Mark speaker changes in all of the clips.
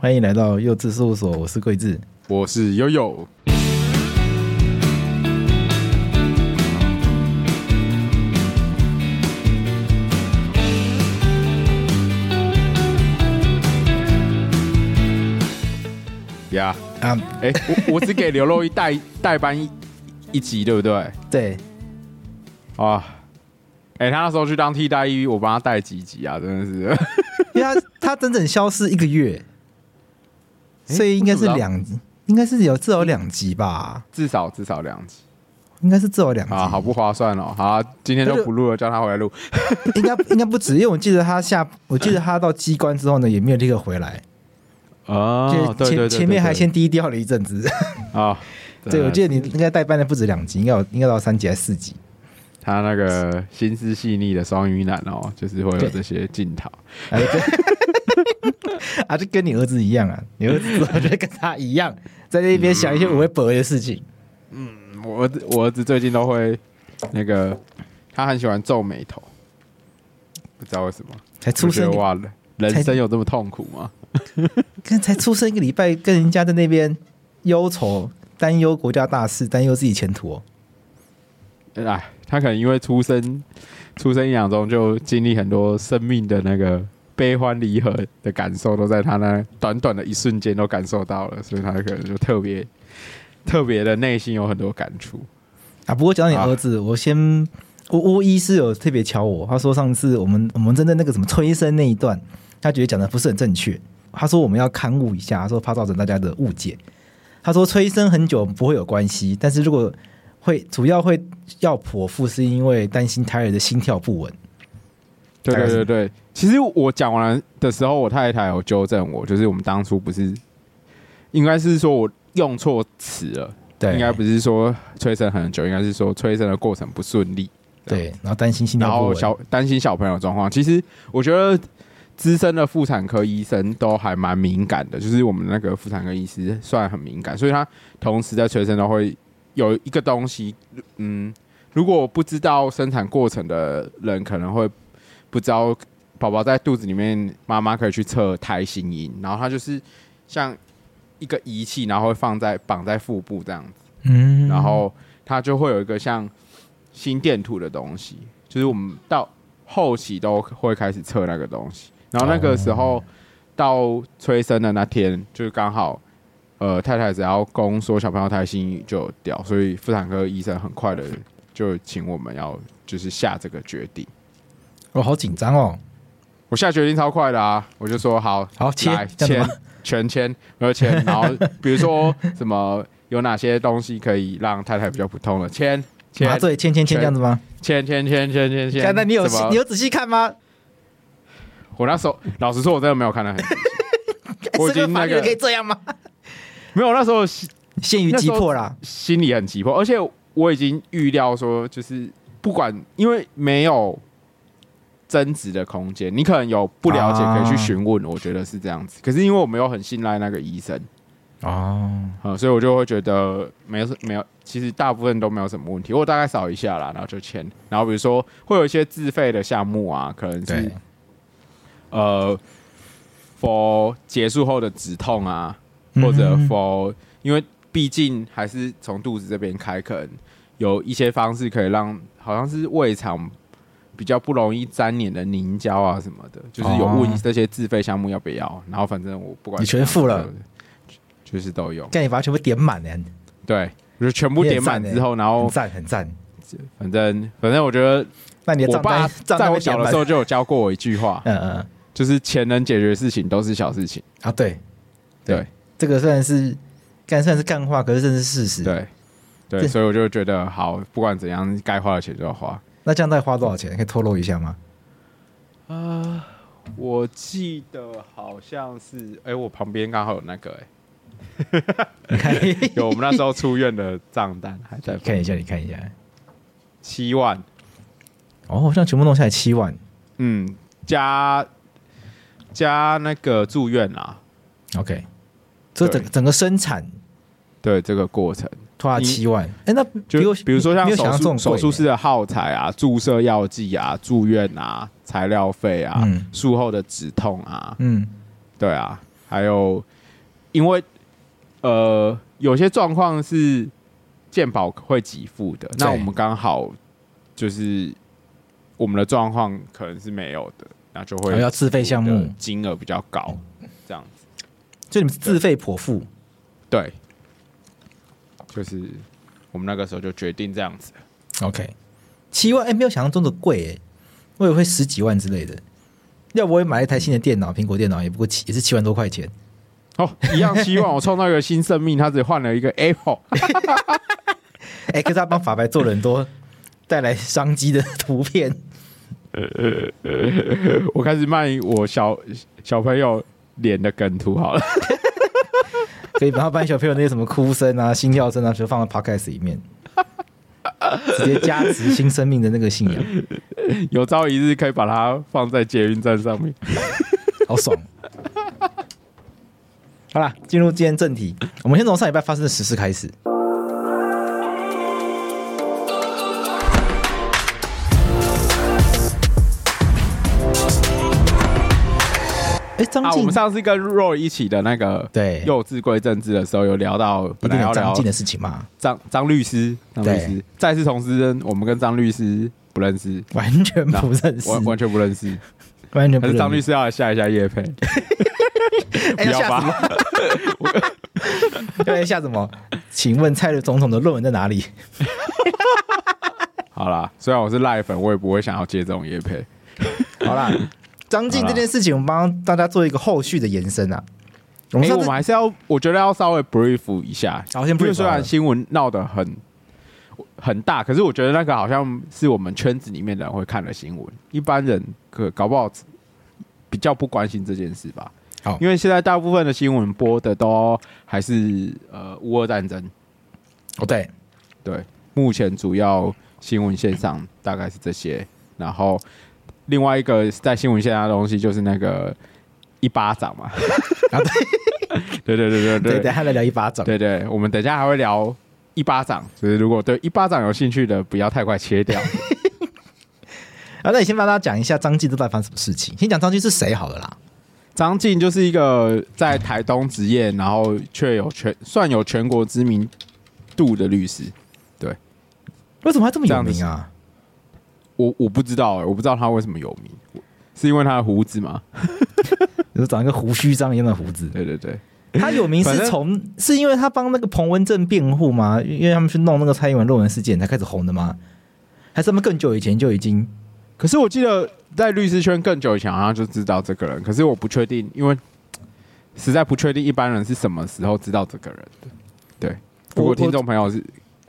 Speaker 1: 欢迎来到幼稚事务所，我是桂智。
Speaker 2: 我是悠悠，呀，
Speaker 1: 啊，
Speaker 2: 哎，我我只给刘若英代 代班一一集，对不对？
Speaker 1: 对，
Speaker 2: 啊，哎，他那时候去当替代役，我帮他带几集啊，真的是。
Speaker 1: 因为他他整整消失一个月，
Speaker 2: 诶啊
Speaker 1: 所以应该是
Speaker 2: 为什么
Speaker 1: 两，应该是有至少两集吧，
Speaker 2: 至少至少两集
Speaker 1: 应该是至少两集，
Speaker 2: 啊，好不划算哦！好啊，今天就不录了，叫他回来录。
Speaker 1: 应该应该不止，因为我记得他下，我记得他到机关之后呢，也没有立刻回来，
Speaker 2: 哦
Speaker 1: 就前前面还先低调了一阵子。
Speaker 2: 啊，
Speaker 1: 对，我记得你应该代班的不止两集，应该有应该到三集还是四集。
Speaker 2: 他那个心思细腻的双鱼男哦，就是会有这些镜头。
Speaker 1: 哎，对，啊，就跟你儿子一样啊，你儿子我觉得跟他一样，在那边想一些
Speaker 2: 嗯
Speaker 1: 无微不为的事情。
Speaker 2: 我儿子我儿子最近都会那个，他很喜欢皱眉头，不知道为什么。
Speaker 1: 才出生一
Speaker 2: 我觉
Speaker 1: 个，
Speaker 2: 得哇，人人生有这么痛苦吗？
Speaker 1: 看才出生一个礼拜，跟人家在那边忧愁、担忧国家大事、担忧自己前途、哦。
Speaker 2: 哎，他可能因为出生出生一两周就经历很多生命的那个悲欢离合的感受，都在他那短短的一瞬间都感受到了，所以他可能就特别特别的内心有很多感触。
Speaker 1: 啊，不过讲到你
Speaker 2: 啊
Speaker 1: 儿子，我先我我医师有特别瞧我，他说上次我们我们真的那个什么催生那一段，他觉得讲的不是很正确。他说我们要刊物一下，他说怕造成大家的误解。他说催生很久不会有关系，但是如果会主要会要剖腹，是因为担心胎儿的心跳不稳。
Speaker 2: 对
Speaker 1: 大概
Speaker 2: 对
Speaker 1: 是
Speaker 2: 对对，其实我讲完的时候，我太太有纠正我，就是我们当初不是，应该是说我用错词了，
Speaker 1: 对，
Speaker 2: 应该不是说催生很久，应该是说催生的过程不顺利，
Speaker 1: 对，然后担心心
Speaker 2: 然
Speaker 1: 跳不
Speaker 2: 后
Speaker 1: 稳。
Speaker 2: 小担心小朋友的状况。其实我觉得资深的妇产科医生都还蛮敏感的，就是我们那个妇产科医师算很敏感，所以他同时在催生都会有一个东西，嗯，如果不知道生产过程的人，可能会不知道宝宝在肚子里面，妈妈可以去测胎心音，然后它就是像一个仪器，然后会放在绑在腹部这样子。
Speaker 1: 嗯
Speaker 2: 然后它就会有一个像心电图的东西，就是我们到后期都会开始测那个东西。然后那个时候到催生的那天，就是刚好，呃，太太只要宫缩，小朋友胎心就有掉，所以妇产科医生很快的就请我们要就是下这个决定。
Speaker 1: 我好紧张哦。
Speaker 2: 我下决定超快的啊！我就说好，
Speaker 1: 好哦切
Speaker 2: 来
Speaker 1: 这样
Speaker 2: 签
Speaker 1: 子吗
Speaker 2: 全签，我就签。然后比如说什么有哪些东西可以让太太比较不痛的，签签
Speaker 1: 麻醉签签签这样子吗？
Speaker 2: 签签签签签签。
Speaker 1: 刚才你有
Speaker 2: 什么
Speaker 1: 你有仔细看吗？
Speaker 2: 我那时候老实说，我真的没有看得很，我已
Speaker 1: 哎这个
Speaker 2: 经 那
Speaker 1: 法律
Speaker 2: 个
Speaker 1: 可以这样吗？
Speaker 2: 没有那时候心
Speaker 1: 陷于击破啦。
Speaker 2: 心里很急迫，而且我已经预料说，就是不管因为没有争执的空间，你可能有不了解可以去询问，
Speaker 1: 啊
Speaker 2: 我觉得是这样子。可是因为我没有很信赖那个医生。
Speaker 1: 哦，
Speaker 2: 啊、所以我就会觉得没有什没有，其实大部分都没有什么问题。我大概扫一下啦，然后就签。然后比如说会有一些自费的项目啊，可能是
Speaker 1: 对
Speaker 2: 呃，for 结束后的止痛啊，或者
Speaker 1: 嗯
Speaker 2: for，、因为毕竟还是从肚子这边开，可能有一些方式可以让好像是胃肠比较不容易粘黏的凝胶啊什么的，就是有问
Speaker 1: 哦
Speaker 2: 这些自费项目要不要。然后反正我不管
Speaker 1: 你全付了，
Speaker 2: 就是都有。
Speaker 1: 干你把它全部点满了，
Speaker 2: 对，我就全部点满之后，然
Speaker 1: 很
Speaker 2: 后
Speaker 1: 赞很赞。
Speaker 2: 反正反正我觉得
Speaker 1: 那你的
Speaker 2: 我
Speaker 1: 账
Speaker 2: 爸
Speaker 1: 单账
Speaker 2: 在
Speaker 1: 单
Speaker 2: 我
Speaker 1: 会
Speaker 2: 小
Speaker 1: 点
Speaker 2: 的
Speaker 1: 满
Speaker 2: 时，候就有教过我一句话，
Speaker 1: 嗯嗯嗯
Speaker 2: 就是钱能解决的事情都是小事情。
Speaker 1: 啊， 对，
Speaker 2: 对
Speaker 1: 这个虽然是干虽然是干话，可是这是事实。，
Speaker 2: 对对，
Speaker 1: 对
Speaker 2: 所以我就觉得好，不管怎样，该花的钱就要花。
Speaker 1: 那这样到底花多少钱？可以透露一 下吗？
Speaker 2: 我记得好像是，哎、我旁边刚好有那个、哎，
Speaker 1: 你看，，
Speaker 2: 有我们那时候出院的账单还在
Speaker 1: 看一下，你看一下。
Speaker 2: 七万，
Speaker 1: 哦，好像全部弄下来七万。
Speaker 2: 嗯，加加那个住院啊，
Speaker 1: OK，这整整个生产
Speaker 2: 对这个过程。
Speaker 1: 花了七万，哎，那比
Speaker 2: 就
Speaker 1: 我
Speaker 2: 比如说像
Speaker 1: 没有想象
Speaker 2: 手术
Speaker 1: 中
Speaker 2: 手
Speaker 1: 贵
Speaker 2: 术室的耗材啊、注射药剂啊、住院啊、材料费啊
Speaker 1: 嗯、
Speaker 2: 术、后的止痛啊，
Speaker 1: 嗯，
Speaker 2: 对啊，还有因为呃有些状况是健保会给付的，那
Speaker 1: 对
Speaker 2: 我们刚好就是我们的状况可能是没有的，那就
Speaker 1: 然后
Speaker 2: 会
Speaker 1: 哦要自费项目，
Speaker 2: 金额比较高，这样子
Speaker 1: 就你们是自费剖腹，
Speaker 2: 对，就是我们那个时候就决定这样子。
Speaker 1: OK，七万哎、没有想象中的贵哎、我以为会十几万之类的。要不我也买一台新的电脑，苹果电脑也不过七，也是七万多块钱。
Speaker 2: 哦，一样希望我创造一个新生命，他只换了一个 Apple，
Speaker 1: 哎、可是他帮法白做了很多 带来商机的图片。
Speaker 2: 我开始卖我小小朋友脸的梗图好了。
Speaker 1: 可以，然后把小朋友那些什么哭声啊、心跳声啊，全放到 podcast 里面，直接加持新生命的那个信仰，
Speaker 2: 有朝一日可以把它放在捷运站上面。
Speaker 1: 好爽。好啦，进入今天正题，我们先从上礼拜发生的实事开始。哎，张
Speaker 2: 啊，我
Speaker 1: 晋、
Speaker 2: 们上次跟 Roy 一起的那个
Speaker 1: 对
Speaker 2: 幼稚归政治的时候，有聊到
Speaker 1: 一
Speaker 2: 本
Speaker 1: 定
Speaker 2: 来要
Speaker 1: 有张
Speaker 2: 聊
Speaker 1: 晋的事情嘛？
Speaker 2: 张张律师，张律
Speaker 1: 对
Speaker 2: 师再次重申，我们跟张律师不 认识，
Speaker 1: 完全不认识，
Speaker 2: 完完全不认识。
Speaker 1: 完 全不
Speaker 2: 啊还是张律
Speaker 1: 认识。
Speaker 2: 师要来下一下叶佩，
Speaker 1: 哎
Speaker 2: 不要
Speaker 1: 吓死
Speaker 2: 吧？
Speaker 1: 要来下什么？请问蔡总统的论文在 哪里？
Speaker 2: 好啦，虽然我是赖粉，我也不会想要接这种叶佩。
Speaker 1: 好啦，张晋这件事情，我们帮大家做一个后续的延伸啊。我
Speaker 2: 我
Speaker 1: 们
Speaker 2: 们、
Speaker 1: 上
Speaker 2: 哎我
Speaker 1: 次
Speaker 2: 们还是要，我觉得要稍微 brief 一下。
Speaker 1: 好先
Speaker 2: 因
Speaker 1: brief
Speaker 2: 为虽
Speaker 1: 好
Speaker 2: 然
Speaker 1: 了
Speaker 2: 新闻闹得很很大，可是我觉得那个好像是我们圈子里面的人会看的新闻，一般人可搞不好比较不关心这件事吧。
Speaker 1: 好
Speaker 2: 因为现在大部分的新闻播的都还是呃乌俄战争，
Speaker 1: 哦对，
Speaker 2: 对，目前主要新闻线上大概是这些，然后另外一个在新闻线上的东西就是那个一巴掌嘛，
Speaker 1: 啊
Speaker 2: 对对对对
Speaker 1: 对，
Speaker 2: 对
Speaker 1: 等一下来聊一巴掌。
Speaker 2: 对对，我们等一下还会聊一巴掌，所以如果对一巴掌有兴趣的，不要太快切掉。
Speaker 1: 啊，那你先帮大家讲一下张晋这段发生什么事情。先讲张晋是谁好了啦。
Speaker 2: 张晋就是一个在台东职业，然后却有全算有全国知名度的律师。
Speaker 1: 为什么他这么有
Speaker 2: 这
Speaker 1: 名啊？
Speaker 2: 我我不知道、欸，我不知道他为什么有名，我是因为他的胡子吗？
Speaker 1: 就是长一个胡须章一样的胡子。
Speaker 2: 对对对，
Speaker 1: 他有名
Speaker 2: 反正
Speaker 1: 是从是因为他帮那个彭文正辩护吗？因为他们去弄那个蔡英文论文事件才开始红的吗？还是他们更久以前就已经？
Speaker 2: 可是我记得在律师圈更久以前好像就知道这个人，可是我不确定，因为实在不确定一般人是什么时候知道这个人的。对，
Speaker 1: 我
Speaker 2: 如果
Speaker 1: 我
Speaker 2: 听众朋友是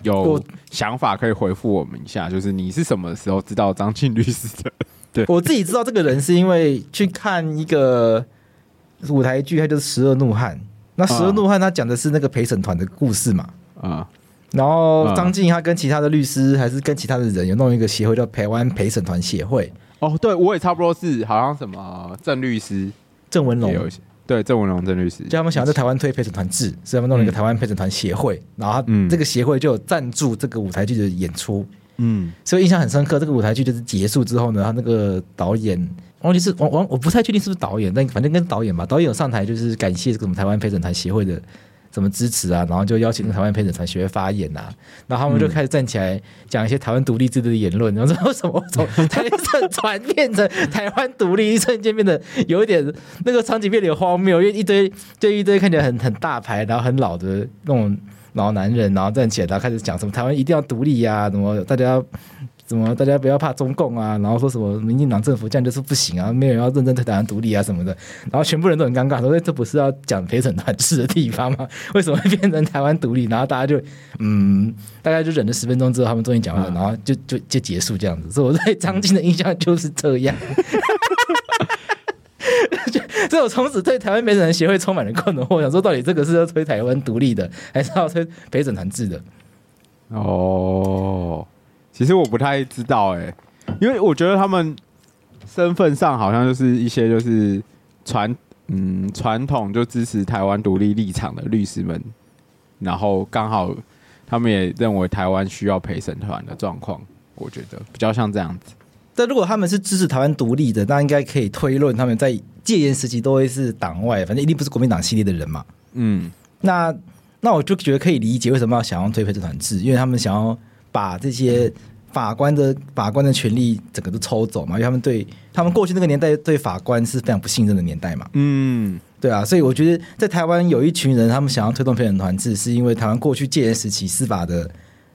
Speaker 2: 有
Speaker 1: 我
Speaker 2: 想法，可以回复我们一下，就是你是什么时候知道张庆律师的？
Speaker 1: 我自己知道这个人是因为去看一个舞台剧，他就是《十二怒汉》。那《十二怒汉》他讲的是那个陪审团的故事嘛。
Speaker 2: 啊、
Speaker 1: 然后
Speaker 2: 嗯
Speaker 1: 张晋他跟其他的律师还是跟其他的人有弄一个协会叫台湾陪审团协会，
Speaker 2: 哦，对，我也差不多是，好像什么郑律师
Speaker 1: 郑文龙
Speaker 2: 也有一些，对，郑文龙郑律师，
Speaker 1: 就他们想要在台湾推陪审团制，所以他们弄了一个台湾陪审团协会，然后他
Speaker 2: 嗯
Speaker 1: 这个协会就有赞助这个舞台剧的演出，
Speaker 2: 嗯，
Speaker 1: 所以印象很深刻。这个舞台剧就是结束之后呢，他那个导演忘记是我我我不太确定是不是导演，但反正跟导演吧，导演有上台就是感谢这个我们台湾陪审团协会的什么支持啊，然后就邀请台湾陪审团协会发言啊，然后他们就开始站起来讲一些台湾独立制度的言论，然后说为什么从台湾团变成台湾独立，一瞬间变得有一点那个场景变得有点荒谬，因为一堆就一堆看起来很很大牌，然后很老的那种老男人，然后站起来，然后开始讲什么台湾一定要独立呀、啊，什么大家。什么？大家不要怕中共啊！然后说什么民进党政府这样就是不行啊，没有人要认真对台湾独立啊什么的。然后全部人都很尴尬，说：“哎，这不是要讲陪审团制的地方吗？为什么会变成台湾独立？”然后大家就嗯，大概就忍了十分钟之后，他们终于讲完了，
Speaker 2: 嗯
Speaker 1: 然后就就就结束这样子。所以我对张晋的印象就是这样。就所以我从此对台湾陪审团协会充满了困惑，我想说到底这个是要推台湾独立的，还是要推陪审团制的？
Speaker 2: 哦，其实我不太知道哎、因为我觉得他们身份上好像就是一些就是传嗯传统就支持台湾独立立场的律师们，然后刚好他们也认为台湾需要陪审团的状况，我觉得比较像这样子。
Speaker 1: 但如果他们是支持台湾独立的，那应该可以推论他们在戒严时期都会是党外，反正一定不是国民党系列的人嘛。
Speaker 2: 嗯，
Speaker 1: 那那我就觉得可以理解为什么要想要推翻这团制，因为他们想要把这些法官的法官的权利整个都抽走嘛，因为他们对他们过去那个年代对法官是非常不信任的年代嘛，
Speaker 2: 嗯，
Speaker 1: 对啊，所以我觉得在台湾有一群人他们想要推动陪审团制，是因为台湾过去戒严时期司法的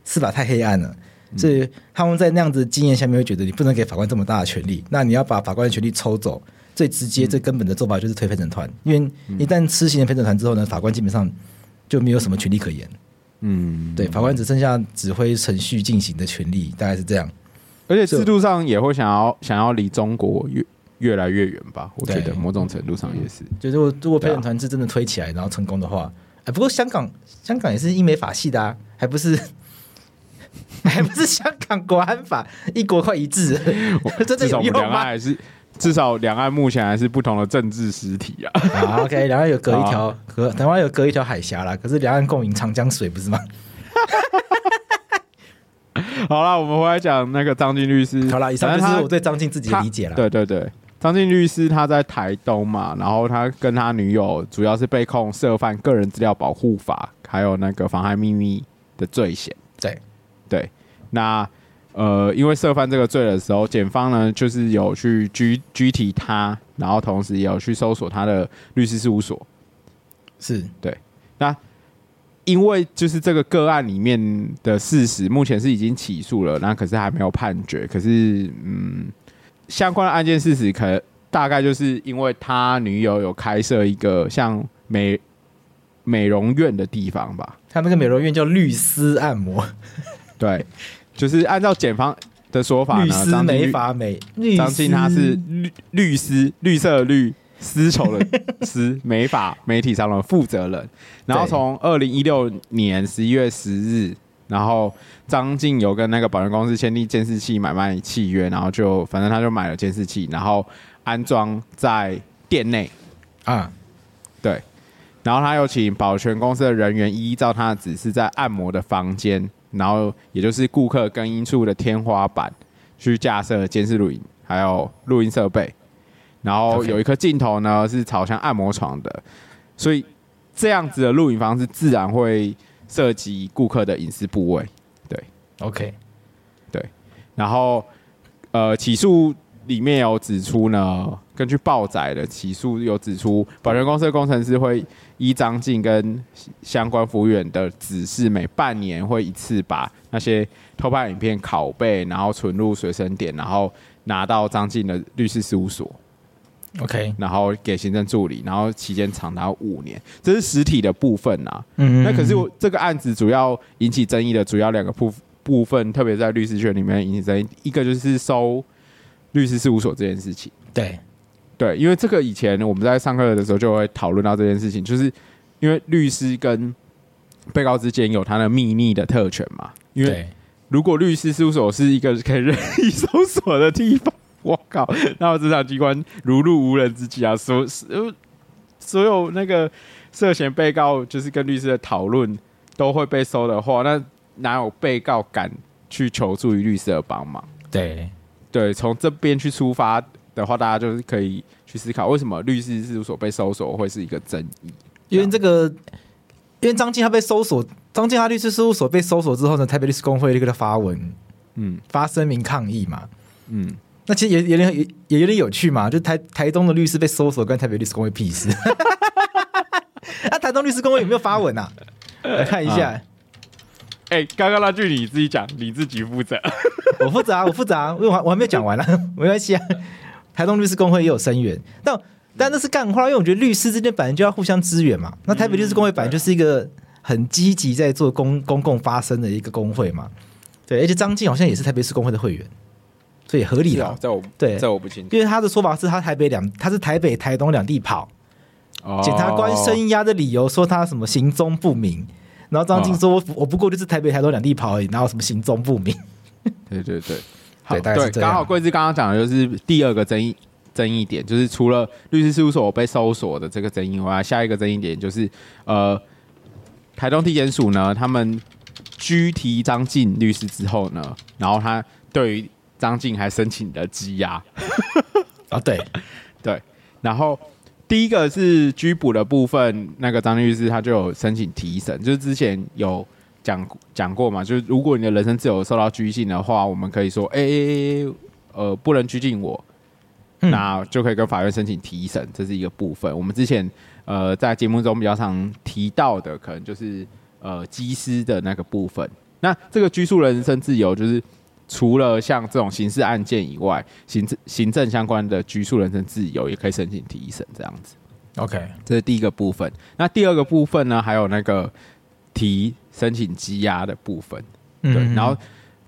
Speaker 1: 司法太黑暗了。所以他们在那样子的经验下面会觉得你不能给法官这么大的权利，那你要把法官的权利抽走，最直接、最根本的做法就是推陪审团，因为一旦施行了陪审团之后呢，法官基本上就没有什么权利可言，
Speaker 2: 嗯，
Speaker 1: 对，法官只剩下指挥程序进行的权利，大概是这样。
Speaker 2: 而且制度上也会想要想要离中国越越来越远吧，我觉得
Speaker 1: 对
Speaker 2: 某种程度上也是。
Speaker 1: 就是我如果陪
Speaker 2: 对啊
Speaker 1: 审团制真的推起来，然后成功的话，哎，不过香港香港也是英美法系的啊，还不是 还不是香港国安法一国快一制， 真的
Speaker 2: 至
Speaker 1: 有
Speaker 2: 少我们
Speaker 1: 用
Speaker 2: 两岸
Speaker 1: 吗？
Speaker 2: 还是，至少两岸目前还是不同的政治实体啊。
Speaker 1: 啊，OK，两岸有隔一
Speaker 2: 好
Speaker 1: 条隔，台湾有隔一条海峡啦，可是两岸共饮长江水不是吗？
Speaker 2: 好了，我们回来讲那个张晋律师。
Speaker 1: 好啦，以上
Speaker 2: 嗯反
Speaker 1: 就
Speaker 2: 正
Speaker 1: 是
Speaker 2: 他
Speaker 1: 我对张晋自己的
Speaker 2: 他
Speaker 1: 理解啦。
Speaker 2: 对对对，张晋律师他在台东嘛，然后他跟他女友主要是被控涉犯个人资料保护法，还有那个妨害秘密的罪嫌。
Speaker 1: 对
Speaker 2: 对，那呃，因为涉犯这个罪的时候，检方呢就是有去拘拘提他，然后同时也有去搜索他的律师事务所。
Speaker 1: 是
Speaker 2: 因为就是这个个案里面的事实，目前是已经起诉了，那可是还没有判决。可是，嗯，相关的案件事实可大概就是因为他女友有开设一个像美美容院的地方吧，
Speaker 1: 他那个美容院叫律师按摩，
Speaker 2: 对，就是按照检方的说法呢，
Speaker 1: 律师
Speaker 2: 张晋
Speaker 1: 美
Speaker 2: 律
Speaker 1: 发美，律
Speaker 2: 张
Speaker 1: 师
Speaker 2: 晋他是律律师，绿色的绿，丝绸的丝，美法媒体商的负责人。然后
Speaker 1: 对
Speaker 2: 从二零一六年十一月十日，然后张晋有跟那个保全公司签订监视器买卖契约，然后就反正他就买了监视器，然后安装在店内。
Speaker 1: 啊，
Speaker 2: 对，然后他又请保全公司的人员依照他的指示，在按摩的房间，然后也就是顾客更衣处的天花板去架设监视录影，还有录音设备，然后
Speaker 1: OK
Speaker 2: 有一颗镜头呢是朝向按摩床的，所以这样子的录影方式自然会涉及顾客的隐私部位。
Speaker 1: OK，
Speaker 2: 然后呃，起诉里面有指出呢，根据报载的起诉有指出，保全公司的工程师会依张晋跟相关服务员的指示，每半年会一次把那些偷拍影片拷贝，然后存入随身点，然后拿到张晋的律师事务所。
Speaker 1: OK，
Speaker 2: 然后给行政助理，然后期间长达五年，这是实体的部分啊。
Speaker 1: 嗯
Speaker 2: 那可是我这个案子主要引起争议的主要两个部部分，特别在律师圈里面引起争议，一个就是收律师事务所这件事情。
Speaker 1: 嗯对
Speaker 2: 对，因为这个以前我们在上课的时候就会讨论到这件事情，就是因为律师跟被告之间有他的秘密的特权嘛。因为
Speaker 1: 对。
Speaker 2: 如果律师事务所是一个可以任意搜索的地方， 我靠，那么这场机关如入无人之境啊！所所所有那个涉嫌被告就是跟律师的讨论都会被收的话，那哪有被告敢去求助于律师的帮忙？
Speaker 1: 对，
Speaker 2: 对，从这边去出发的话，大家就是可以去思考，为什么律师事务所被搜索会是一个争议？
Speaker 1: 因为这个，因为张晋他被搜索，张晋他律师事务所被搜索之后呢，台北律师工会立刻就发文
Speaker 2: 嗯
Speaker 1: 发声明抗议嘛。
Speaker 2: 嗯，
Speaker 1: 那其实也也有点也也有点有趣嘛，就台台东的律师被搜索，跟台北律师工会屁事。 那、台东律师工会有没有发文啊？来看一下，
Speaker 2: 哎、刚刚那句你自己讲，你自己负责。
Speaker 1: 我负责啊，我负责啊，因为我还我还没有讲完呢、啊，没关系啊。台东律师工会也有声援，但但那是干话，因为我觉得律师之间本来就要互相支援嘛。那台北律师工会本来就是一个很积极在做公公共发声的一个工会嘛，对，而且张晋好像也是台北市工会的会员，所以合理的、
Speaker 2: 啊这我
Speaker 1: 对
Speaker 2: 这我不清楚。
Speaker 1: 因为他的说法是他台北两，他是台北、台东两地跑，
Speaker 2: 哦
Speaker 1: 检察官
Speaker 2: 音，
Speaker 1: 声押的理由说他什么行踪不明，然后张
Speaker 2: 哦
Speaker 1: 晋说我不我不过就是台北、台东两地跑而已，哪有什么行踪不明？
Speaker 2: 对对对，
Speaker 1: 对大概是
Speaker 2: 对，
Speaker 1: 这样
Speaker 2: 刚好贵志刚刚讲的就是第二个争议争议点，就是除了律师事务所被搜索的这个争议以外，下一个争议点就是呃，台东地检署呢，他们拘提张晋律师之后呢，然后他
Speaker 1: 哦
Speaker 2: 对于张晋还申请了羁押，
Speaker 1: 啊，对，
Speaker 2: 然后第一个是拘捕的部分，那个张律师他就有申请提审，就是之前有讲讲过嘛，就是如果你的人身自由受到拘禁的话，我们可以说，哎、呃，不能拘禁我，
Speaker 1: 嗯
Speaker 2: 那就可以跟法院申请提审，这是一个部分。我们之前呃在节目中比较常提到的，可能就是呃机师的那个部分。那这个拘束人身自由，就是除了像这种刑事案件以外，行政行政相关的拘束人身自由也可以申请提审，这样子。
Speaker 3: OK，
Speaker 2: 这是第一个部分。那第二个部分呢，还有那个提申请羁押的部分。对，
Speaker 1: 嗯
Speaker 2: 然后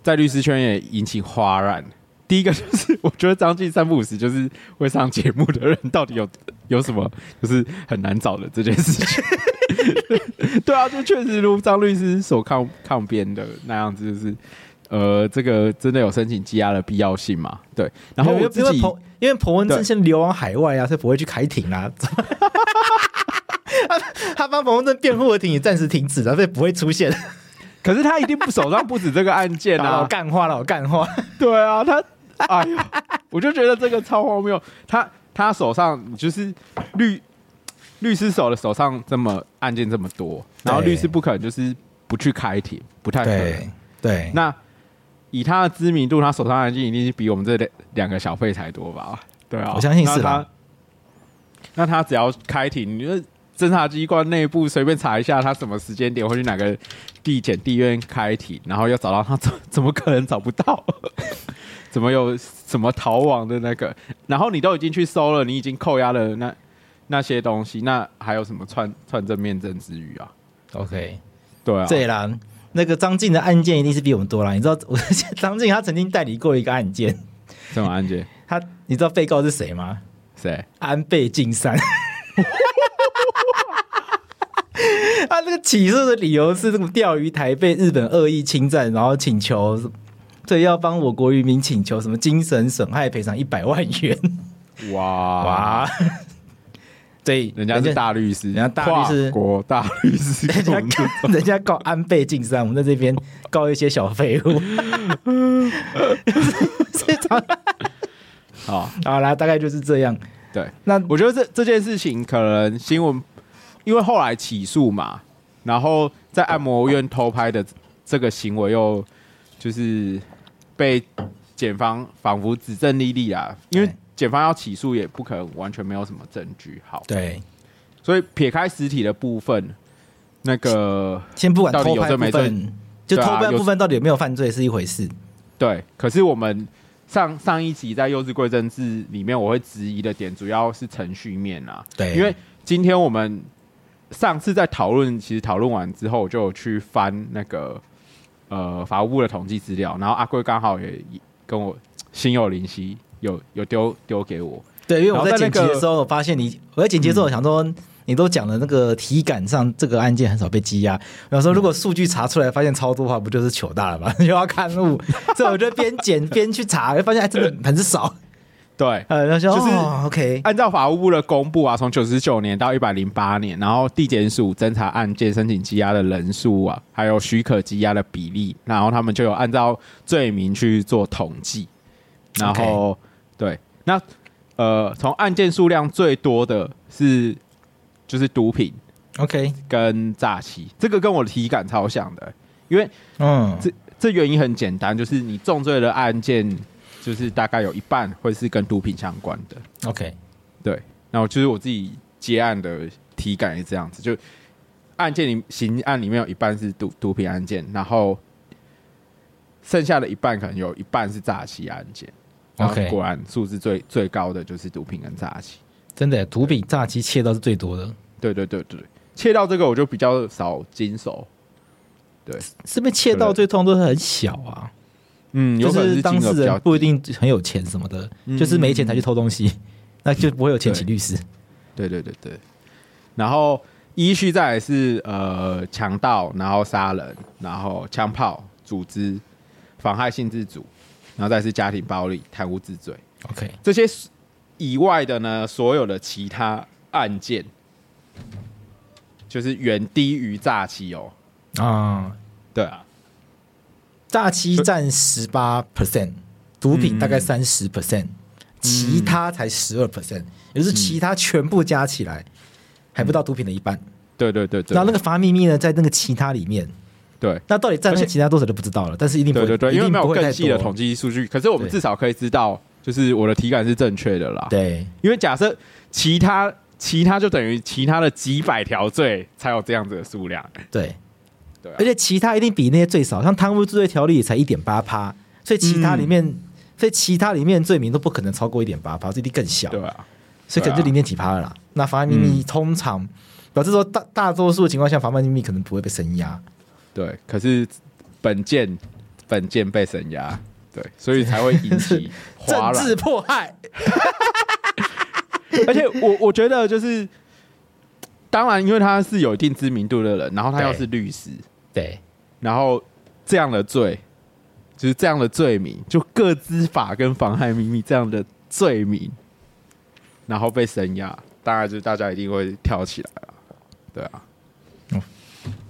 Speaker 2: 在律师圈也引起哗然。第一个就是，我觉得张晋三不五时就是会上节目的人，到底有 有什么就是很难找的这件事情？ 对啊，就确实如张律师所抗抗辩的那样子，就是呃，这个真的有申请羁押的必要性嘛？对，然后
Speaker 1: 因为
Speaker 2: 我自
Speaker 1: 因为
Speaker 2: 己
Speaker 1: 彭因为彭文正
Speaker 2: 对
Speaker 1: 先流亡海外啊，所以不会去开庭啊。 他他帮彭文正辩护的庭也暂时停止了，啊所以不会出现。
Speaker 2: 可是他一定不手上不止这个案 件
Speaker 1: 老
Speaker 2: 啊，
Speaker 1: 干话，老干话。
Speaker 2: 对啊，他，哎呦，我就觉得这个超荒谬。他他手上就是律律师手的手上这么案件这么多，然后
Speaker 1: 对
Speaker 2: 律师不可能就是不去开庭，不太可能。
Speaker 1: 对，
Speaker 2: 那以他的知名度，他手上的案件一定是比我们这两两个小费才多吧？对啊，
Speaker 1: 我相信是
Speaker 2: 那他
Speaker 1: 啦。
Speaker 2: 那他只要开庭，你就侦查机关内部随便查一下，他什么时间点会去哪个地检地院开庭，然后要找到他，怎怎么可能找不到？ 怎么有什么逃亡的那个？然后你都已经去搜了，你已经扣押了那那些东西，那还有什么串串证面证之余啊？
Speaker 1: OK，
Speaker 2: 对啊，
Speaker 1: 对啦，那个张晋的案件一定是比我们多啦。你知道，我 张晋他曾经代理过一个案件，
Speaker 2: 什么案件？
Speaker 1: 他你知道被告是谁吗？
Speaker 2: 谁？
Speaker 1: 安倍晋三。 他这个起诉的理由是这个钓鱼台被日本恶意侵占，然后请求对要帮我国渔民请求什么精神损害赔偿一百万元。
Speaker 2: 哇
Speaker 1: 哇！ 对，
Speaker 2: 人家是大律师，
Speaker 1: 人家大律师
Speaker 2: 跨国大律师，
Speaker 1: 人家 告人家告安倍晋三，我们在这边告一些小废物。 是这样
Speaker 2: 啊，
Speaker 1: 好啦，大概就是这样。
Speaker 2: 对，
Speaker 1: 那
Speaker 2: 我觉得这这件事情可能新闻，因为后来起诉嘛，然后在按摩院偷拍的这个行为又就是被检方仿佛指证莉莉啊，因为
Speaker 1: 对
Speaker 2: 检方要起诉也不可能完全没有什么证据，好，
Speaker 1: 对，
Speaker 2: 所以撇开实体的部分，那个
Speaker 1: 先不管
Speaker 2: 到底
Speaker 1: 偷
Speaker 2: 有
Speaker 1: 拍
Speaker 2: 罪
Speaker 1: 部
Speaker 2: 没
Speaker 1: 分，就
Speaker 2: 对啊
Speaker 1: 偷拍
Speaker 2: 有
Speaker 1: 部分到底有没有犯罪是一回事。
Speaker 2: 对，可是我们上上一集在《幼稚贵政治》里面，我会质疑的点主要是程序面啊，
Speaker 1: 对
Speaker 2: 因为今天我们上次在讨论，其实讨论完之后，我就有去翻那个呃法务部的统计资料，然后阿贵刚好也跟我心有灵犀，有有丢丢给我，
Speaker 1: 对，因为我在
Speaker 2: 然后在
Speaker 1: 剪
Speaker 2: 那
Speaker 1: 辑
Speaker 2: 个嗯
Speaker 1: 的时候，我发现你，我在剪辑的时候，我想说，你都讲了那个体感上这个案件很少被羁押，我想说，如
Speaker 2: 嗯
Speaker 1: 果数据查出来发现超多的话，不就是糗大了吗？ 又要刊物，所以我就边 剪边去查，发现哎，真的很少。
Speaker 2: 对，
Speaker 1: 呃，然后说、
Speaker 2: 就是
Speaker 1: 哦、OK，
Speaker 2: 按照法务部的公布啊，从九十九年到一百零八年，然后地检署侦查案件申请羁押的人数啊，还有许可羁押的比例，然后他们就有按照罪名去做统计，然后对，那呃，从案件数量最多的是就是毒品
Speaker 1: OK，
Speaker 2: 跟诈欺，这个跟我的体感超像的、因为
Speaker 1: 嗯，
Speaker 2: 这这原因很简单，就是你重罪的案件，就是大概有一半会是跟毒品相关的。
Speaker 1: OK，
Speaker 2: 对，然后就是我自己接案的体感也这样子，就案件里刑案里面有一半是毒毒品案件，然后剩下的一半可能有一半是诈欺案件。然后
Speaker 1: OK
Speaker 2: 果然数字最最高的就是毒品跟诈欺。
Speaker 1: 真的，毒品、诈欺、窃盗是最多的，
Speaker 2: 对对对对，切到这个我就比较少经手。
Speaker 1: 是被窃盗最通常都是很小啊，
Speaker 2: 嗯，有
Speaker 1: 就
Speaker 2: 可能
Speaker 1: 是
Speaker 2: 是
Speaker 1: 当
Speaker 2: 金额
Speaker 1: 事
Speaker 2: 比较嗯
Speaker 1: 人不一定很有钱什么的，就是没钱才去偷东西， 那就不会有钱请律师。
Speaker 2: 对对对对。然后依序再来是呃强盗，然后杀人，然后枪炮、组织、妨害性自主，然后再是家庭暴力、贪污治罪
Speaker 1: OK，
Speaker 2: 这些以外的呢，所有的其他案件就是远低于诈欺哦。
Speaker 1: 啊、
Speaker 2: 对啊，
Speaker 1: 诈欺占十八 percent，毒品大概
Speaker 2: 嗯
Speaker 1: 三十 percent，其他才十二 percent，也就是其他全部加起来还不到毒品的一半。
Speaker 2: 对对嗯对对
Speaker 1: 然后那个发秘密呢，在那个其他里面，
Speaker 2: 对
Speaker 1: 那到底占
Speaker 2: 而
Speaker 1: 了
Speaker 2: 且
Speaker 1: 其他多少就不知道了，但是一定不
Speaker 2: 对
Speaker 1: 会，
Speaker 2: 对对，
Speaker 1: 一
Speaker 2: 因为
Speaker 1: 定
Speaker 2: 没
Speaker 1: 不
Speaker 2: 有
Speaker 1: 会
Speaker 2: 更
Speaker 1: 太
Speaker 2: 细的
Speaker 1: 多
Speaker 2: 统计数据，可是我们
Speaker 1: 对
Speaker 2: 至少可以知道，就是我的体感是正确的啦。
Speaker 1: 对
Speaker 2: 因为假设其他其他就等于其他的几百条罪才有这样子的数量，
Speaker 1: 对
Speaker 2: 对啊
Speaker 1: 而且其他一定比那些最少，像贪污治罪条例也才一点八趴，所以其他里面，
Speaker 2: 嗯
Speaker 1: 所以其他里面罪名都不可能超过一点八趴，这一定更小，
Speaker 2: 对啊，
Speaker 1: 所以可能就
Speaker 2: 对啊
Speaker 1: 零点几趴了啦。那法律秘密通常、表示说大大多数的情况下，法律秘密可能不会被啊深压，
Speaker 2: 对。可是本件本件被审压，对，所以才会引起哗
Speaker 1: 政
Speaker 2: 然
Speaker 1: 治。迫害，
Speaker 2: 而且我我觉得就是，当然因为他是有一定知名度的人，然后他
Speaker 1: 对
Speaker 2: 又是律师，
Speaker 1: 对
Speaker 2: 然后这样的罪，就是这样的罪名，就各资法跟妨害秘密这样的罪名，然后被审压，当然就是大家一定会跳起来了，对啊，
Speaker 1: 嗯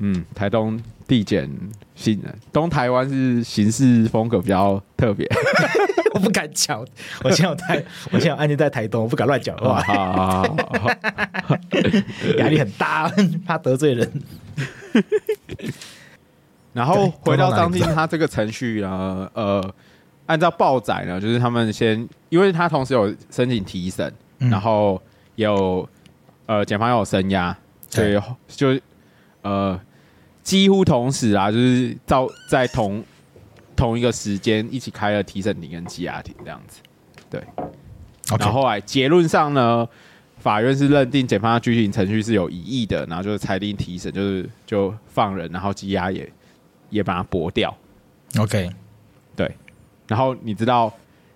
Speaker 2: 嗯，台东地检新人，东台湾是刑事风格比较特别，
Speaker 1: 我不敢讲，我现在有 在，我现在有案件在台东，我不敢乱讲
Speaker 2: 哇，
Speaker 1: 话，
Speaker 2: 哦好好好好
Speaker 1: 压力很大， 怕得罪人。
Speaker 2: 然后
Speaker 1: 对
Speaker 2: 回到
Speaker 1: 通常哪
Speaker 2: 张
Speaker 1: 里不
Speaker 2: 静
Speaker 1: 知道
Speaker 2: 他这个程序 呢，呃，按照报载呢，就是他们先，因为他同时有申请提审，
Speaker 1: 嗯
Speaker 2: 然后也有呃检方也有声押，所以就呃几乎同时啊，就是照在同同一个时间一起开了提审庭跟羁押庭这样子。然后后来结论上呢，法院是认定检方的拘禁程序是有疑义的，然后就是裁定提审，就是就放人，然后羁押也也把它驳掉。
Speaker 1: OK，
Speaker 2: 然后你知道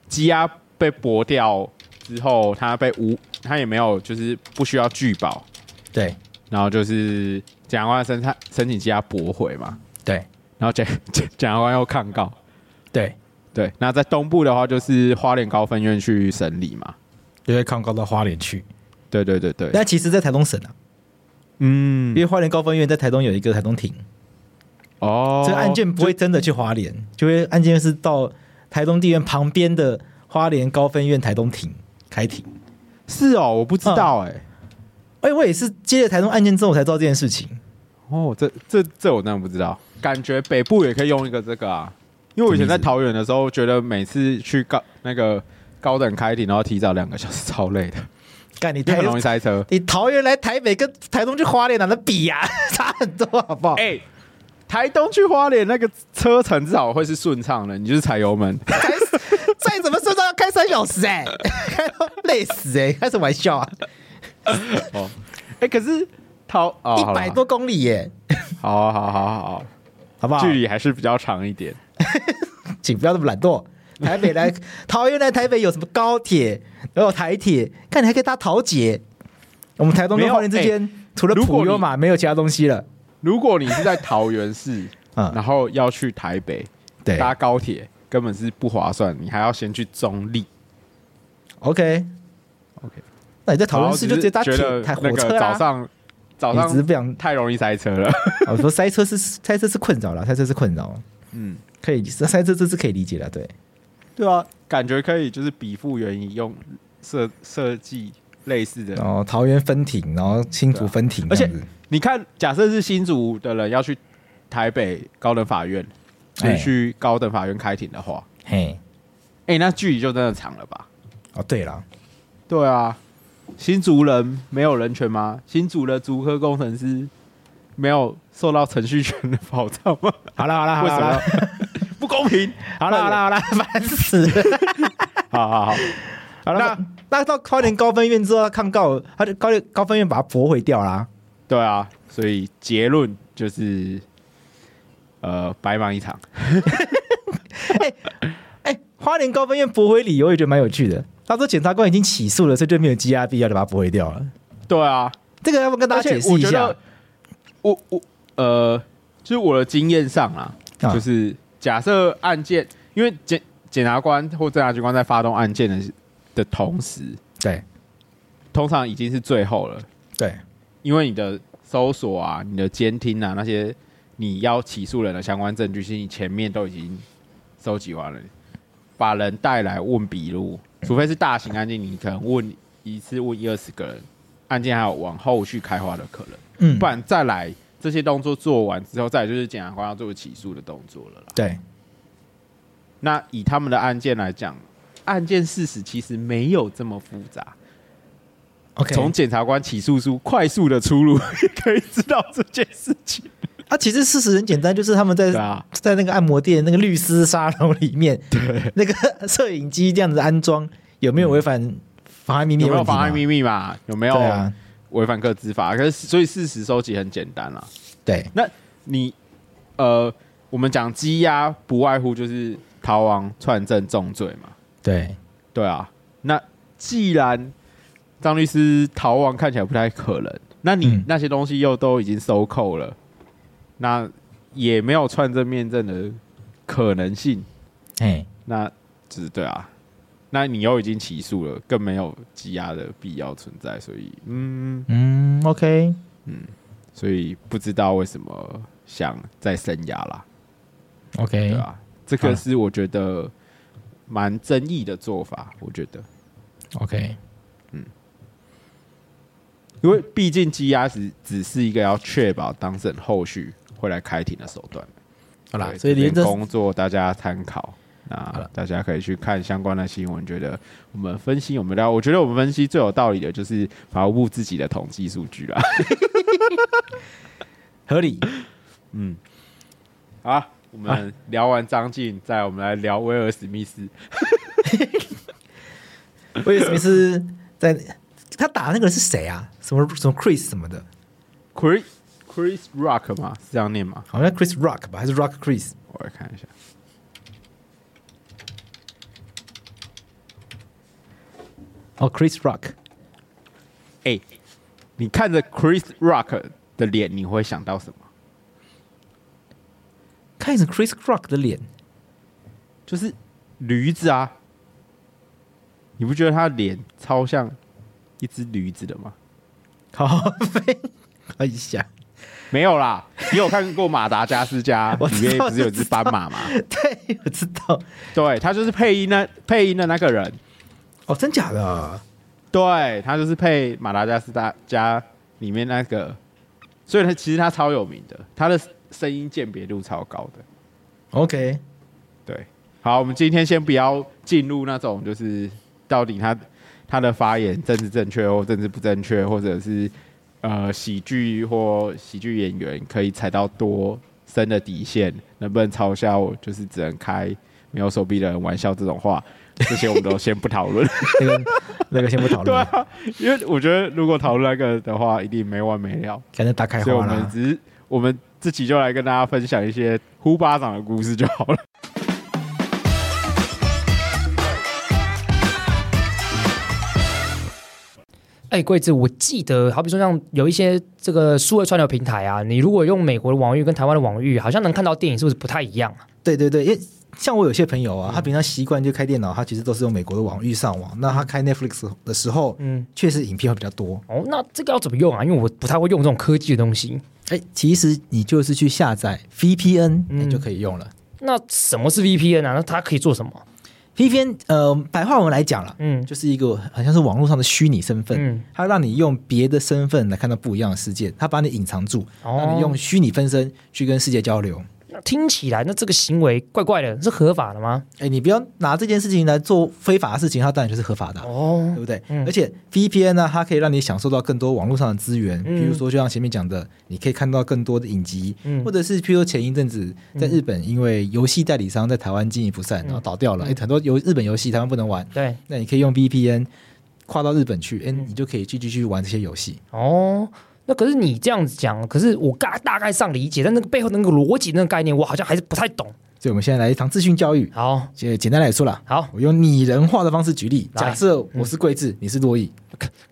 Speaker 2: 羁押被驳掉之后，他被无他也没有就是不需要拒保，
Speaker 1: 对
Speaker 2: 然后就是检察官申他申请羁押驳回嘛，
Speaker 1: 对
Speaker 2: 然 后检检检察官又抗告。
Speaker 1: 对，
Speaker 2: 对，那在东部的话就是花莲高分院去审理嘛。
Speaker 1: 就会抗告到花莲去。
Speaker 2: 对对对对，
Speaker 1: 但其实，在台东省啊，
Speaker 2: 嗯
Speaker 1: 因，为花莲高分院在台东有一个台东庭，
Speaker 2: 哦，
Speaker 1: 这个案件不会真的去花莲，就会案件是到台东地院旁边的花莲高分院台东庭开庭。
Speaker 2: 是哦，我不知道
Speaker 1: 嗯
Speaker 2: 哎、
Speaker 1: 哎、我也是接了台东案件之后我才知道这件事情。
Speaker 2: 哦，这这这我真的不知道，感觉北部也可以用一个这个啊，因为我以前在桃园的时候，觉得每次去高那个高等开庭，然后提早两个小时，超累的，
Speaker 1: 干你
Speaker 2: 就
Speaker 1: 台
Speaker 2: 很容易塞车。
Speaker 1: 你桃园来台北跟台东去花莲哪能比呀、 差很多好不好？
Speaker 2: 哎、台东去花莲那个车程至少会是顺畅的，你就是踩油门。
Speaker 1: 才再怎么说都要开三小时哎、 开到累死哎、开什么玩笑啊？
Speaker 2: 哦，哎、可是桃哦，
Speaker 1: 一
Speaker 2: 好啦
Speaker 1: 百多公里耶、
Speaker 2: 好啊好好好
Speaker 1: 好不
Speaker 2: 好，
Speaker 1: 好？
Speaker 2: 距离还是比较长一点。
Speaker 1: 请不要那么懒惰。台北 来桃园来台北有什么高铁，然后台铁，看你还可以搭桃捷。我们台东
Speaker 2: 没
Speaker 1: 跟
Speaker 2: 有哎
Speaker 1: 花莲之间、除了
Speaker 2: 如果
Speaker 1: 普悠玛没有其他东西了。
Speaker 2: 如果你是在桃园市，
Speaker 1: 嗯
Speaker 2: 然后要去台北
Speaker 1: 对
Speaker 2: 搭高铁，根本是不划算，你还要先去中立。
Speaker 1: ，OK
Speaker 2: OK
Speaker 1: 那你在桃园市就直接搭铁
Speaker 2: 然后只是
Speaker 1: 台
Speaker 2: 觉得
Speaker 1: 火车
Speaker 2: 那个早
Speaker 1: 啦。
Speaker 2: 上早
Speaker 1: 你只是
Speaker 2: 上
Speaker 1: 不想，
Speaker 2: 太容易塞车了。
Speaker 1: 我说塞车是塞车是困扰了，塞车是困扰，
Speaker 2: 嗯，
Speaker 1: 可以塞车这是可以理解的，对。
Speaker 2: 对啊，感觉可以就是比附原因用设设计类似的。
Speaker 1: 然后桃园分庭，然后新
Speaker 2: 对
Speaker 1: 竹
Speaker 2: 啊
Speaker 1: 分庭
Speaker 2: 而
Speaker 1: 这
Speaker 2: 且
Speaker 1: 样子，
Speaker 2: 你看，假设是新竹的人要去台北高等法院，就是
Speaker 1: 哎
Speaker 2: 去高等法院开庭的话，
Speaker 1: 嘿，
Speaker 2: 哎、那距离就真的长了吧？
Speaker 1: 哦对了，
Speaker 2: 对啊，新竹人没有人权吗？新竹的竹科工程师没有受到程序权的保障吗？
Speaker 1: 好了好了好
Speaker 2: 为什
Speaker 1: 了好
Speaker 2: 么
Speaker 1: 了
Speaker 2: 要不公平？
Speaker 1: 好了好了 好了，烦死了。
Speaker 2: 好好好，
Speaker 1: 好了，
Speaker 2: 那
Speaker 1: 那那到高年高分院之后，他抗告，他就高高分院把他驳回掉啦。
Speaker 2: 对啊，所以结论就是，呃，白忙一场。
Speaker 1: 哎、花莲高分院驳回理由也觉得蛮有趣的。他说检察官已经起诉了，所以就没有羁押必要就把他驳回掉了。
Speaker 2: 对啊，
Speaker 1: 这个要不要跟大
Speaker 2: 而
Speaker 1: 家
Speaker 2: 且
Speaker 1: 解释
Speaker 2: 我
Speaker 1: 一
Speaker 2: 觉
Speaker 1: 下
Speaker 2: 得？，我我呃，就是我的经验上啊，
Speaker 1: 啊
Speaker 2: 就是假设案件，因为检检察官或侦查机关在发动案件的的同时，
Speaker 1: 对
Speaker 2: 通常已经是最后了，
Speaker 1: 对
Speaker 2: 因为你的搜索啊、你的监听啊那些你要起诉人的相关证据，其实你前面都已经收集完了，把人带来问笔录，除非是大型案件，你可能问一次问一二十个人，案件还有往后续开花的可能。
Speaker 1: 嗯
Speaker 2: 不，然再来这些动作做完之后，再来就是检察官要做起诉的动作了啦。
Speaker 1: 对，
Speaker 2: 那以他们的案件来讲，案件事实其实没有这么复杂。
Speaker 1: OK，
Speaker 2: 从检察官起诉书快速的出炉， 也可以知道这件事情。
Speaker 1: 啊，其实事实很简单，就是他们在
Speaker 2: 对啊，
Speaker 1: 在那个按摩店那个律师沙龙里面，对，那个摄影机这样子安装，有没有违反妨碍秘密
Speaker 2: 有
Speaker 1: 的
Speaker 2: 没嗯有
Speaker 1: 问题嘛？
Speaker 2: 妨碍秘密嘛？有没有
Speaker 1: 对啊，
Speaker 2: 违反个资法？可是所以事实收集很简单啦。
Speaker 1: 对，
Speaker 2: 那你呃，我们讲羁押不外乎就是逃亡、串证、重罪嘛。
Speaker 1: 对，
Speaker 2: 对啊，那既然张律师逃亡看起来不太可能，那你
Speaker 1: 嗯
Speaker 2: 那些东西又都已经收扣了，那也没有串证面证的可能性，
Speaker 1: 哎，
Speaker 2: 那只对啊，那你又已经起诉了，更没有羁押的必要存在，所以嗯，
Speaker 1: 嗯，OK，
Speaker 2: 所以不知道为什么想再生涯啦，
Speaker 1: OK，
Speaker 2: 对啊，这个是我觉得蛮争议的做法，我觉得。
Speaker 1: OK，
Speaker 2: 因为毕竟羁押只只是一个要确保当事人后续会来开庭的手段。
Speaker 1: 好啦
Speaker 2: 对，
Speaker 1: 所以连
Speaker 2: 这
Speaker 1: 这
Speaker 2: 边工作大家参考。那
Speaker 1: 了
Speaker 2: 大家可以去看相关的新闻，觉得我们分析有没有料？我觉得我们分析最有道理的就是法务部自己的统计数据啦。
Speaker 1: 合理，
Speaker 2: 好啊，我们聊完张晋，再我们来聊威尔史密斯。
Speaker 1: 威尔史密斯在他打那个人是谁啊？什么什么 Chris 什么的，
Speaker 2: Chris Chris Rock 嘛，是这样念吗？
Speaker 1: 好像 Chris Rock 吧，还是 Rock Chris？
Speaker 2: 我来看一下。
Speaker 1: 哦，Chris Rock，
Speaker 2: 哎、你看着 Chris Rock 的脸，你会想到什么？
Speaker 1: 看着 Chris Rock 的脸，
Speaker 2: 就是驴子啊！你不觉得他脸超像一只驴子的吗？
Speaker 1: 好飞， 哎呀，》
Speaker 2: 没有啦，你有看过《马达加斯加
Speaker 1: 我
Speaker 2: 里
Speaker 1: 知
Speaker 2: 面
Speaker 1: 道
Speaker 2: 不是有一只斑马吗？
Speaker 1: 对，我知道，
Speaker 2: 对，他就是配音的配音的那个人，
Speaker 1: 哦，真假的？
Speaker 2: 对他就是配《马达加斯加》里面那个，所以他其实他超有名的，他的声音鉴别度超高的。
Speaker 1: OK，
Speaker 2: 对，好，我们今天先不要进入那种就是到底他他的发言政治正确或政治不正确，或者是呃喜剧或喜剧演员可以踩到多深的底线，能不能嘲笑就是只能开没有手臂的人玩笑这种话，这些我们都先不讨论。
Speaker 1: 那个 那个先不讨
Speaker 2: 对
Speaker 1: 论，
Speaker 2: 啊， 因为我觉得如果讨论那个的话，一定没完没了，啊
Speaker 1: 感觉打开
Speaker 2: 所以我
Speaker 1: 花
Speaker 2: 们
Speaker 1: 啦。
Speaker 2: 只是我们自己就来跟大家分享一些呼巴掌的故事就好了。
Speaker 3: 哎，贵子，我记得，好比说像有一些这个数位串流平台啊，你如果用美国的网域跟台湾的网域，好像能看到电影，是不是不太一样啊？
Speaker 1: 对对对，因为像我有些朋友啊，他平常习惯就开电脑，他其实都是用美国的网域上网。那他开 Netflix 的时候，
Speaker 3: 嗯，
Speaker 1: 确实影片会比较多。
Speaker 3: 哦，那这个要怎么用啊？因为我不太会用这种科技的东西。
Speaker 1: 哎，其实你就是去下载 VPN，
Speaker 3: 嗯
Speaker 1: 你就可以用了。
Speaker 3: 那什么是 VPN 啊？那它可以做什么？
Speaker 1: VPN，呃，白话文来讲了，
Speaker 3: 嗯
Speaker 1: 就是一个很像是网络上的虚拟身份，
Speaker 3: 嗯
Speaker 1: 它让你用别的身份来看到不一样的世界，它把你隐藏住，
Speaker 3: 哦
Speaker 1: 让你用虚拟分身去跟世界交流。
Speaker 3: 那听起来，那这个行为怪怪的，是合法的吗？
Speaker 1: 哎，你不要拿这件事情来做非法的事情，它当然就是合法的啊、对
Speaker 3: 哦，
Speaker 1: 不对？
Speaker 3: 嗯
Speaker 1: 而且 VPN 呢，它可以让你享受到更多网络上的资源，
Speaker 3: 嗯
Speaker 1: 比如说就像前面讲的，你可以看到更多的影集，
Speaker 3: 嗯
Speaker 1: 或者是譬如说前一阵子在日本，因为游戏代理商在台湾经营不
Speaker 3: 嗯
Speaker 1: 善，然后倒掉了，哎诶很多游日本游戏台湾不能玩，
Speaker 3: 对，
Speaker 1: 那你可以用 VPN 跨到日本
Speaker 3: 嗯
Speaker 1: 去，哎，你就可以去继续玩这些游戏。
Speaker 3: 哦。那可是你这样子讲，可是我大大概上理解，但那个背后那个逻辑那个概念，我好像还是不太懂。
Speaker 1: 所以我们现在来一堂资讯教育。
Speaker 3: 好，
Speaker 1: 简简单来说啦，
Speaker 3: 好
Speaker 1: 我用拟人化的方式举例，
Speaker 3: 来
Speaker 1: 假设
Speaker 3: 嗯
Speaker 1: 我是桂智，你是洛毅，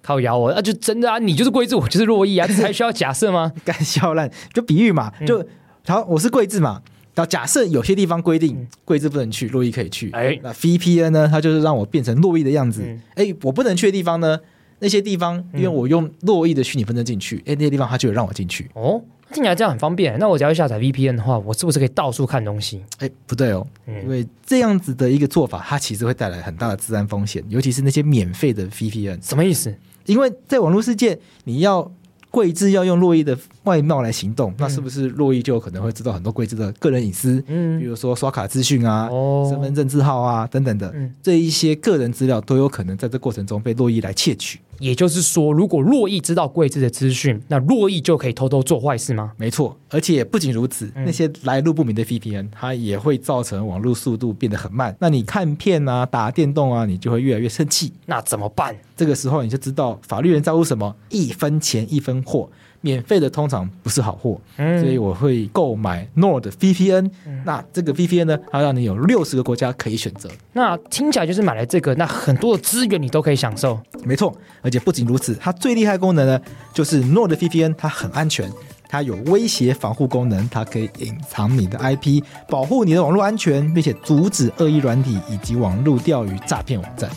Speaker 3: 靠咬我，那、就真的啊，你就是贵族，我就是洛伊啊，这还需要假设吗？
Speaker 1: 干笑烂，就比喻
Speaker 3: 嗯
Speaker 1: 嘛，就好，我是桂智嘛。然后假设有些地方规定桂智不能去，洛伊可以去。
Speaker 3: 嗯哎
Speaker 1: 那 VPN 呢？它就是让我变成洛伊的样子
Speaker 3: 嗯。
Speaker 1: 哎，我不能去的地方呢，那些地方因为我用洛伊的虚拟分身进去，哎，那些地方它就有让我进去。
Speaker 3: 哦，听起来这样很方便。那我只要下载 VPN 的话，我是不是可以到处看东西？
Speaker 1: 哎，不对哦，因
Speaker 3: 嗯，
Speaker 1: 为这样子的一个做法，它其实会带来很大的治安风险，尤其是那些免费的 VPN，
Speaker 3: 什么意思？
Speaker 1: 因为在网络世界，你要贵志要用洛伊的外貌来行
Speaker 3: 嗯
Speaker 1: 动，那是不是洛伊就有可能会知道很多贵志的个人隐私，比
Speaker 3: 嗯，
Speaker 1: 如说刷卡资讯啊、
Speaker 3: 哦
Speaker 1: 身份证字号啊等等的，
Speaker 3: 嗯
Speaker 1: 这一些个人资料都有可能在这过程中被洛伊来窃取。
Speaker 3: 也就是说，如果洛毅知道贵志的资讯，那洛毅就可以偷偷做坏事吗？
Speaker 1: 没错，而且不仅如此，
Speaker 3: 嗯
Speaker 1: 那些来路不明的 VPN，它也会造成网络速度变得很慢。那你看片啊、打电动啊，你就会越来越生气。
Speaker 3: 那怎么办？
Speaker 1: 这个时候你就知道法律人在乎什么，一分钱一分货，免费的通常不是好货，
Speaker 3: 嗯
Speaker 1: 所以我会购买 Nord VPN
Speaker 3: 嗯。
Speaker 1: 那这个 VPN 呢，它让你有六十个国家可以选择。
Speaker 3: 那听起来就是买了这个，那很多的资源你都可以享受。
Speaker 1: 没错，而且不仅如此，它最厉害的功能呢，就是 Nord VPN 它很安全，它有威胁防护功能，它可以隐藏你的 IP，保护你的网络安全，并且阻止恶意软体以及网络钓鱼诈骗网站。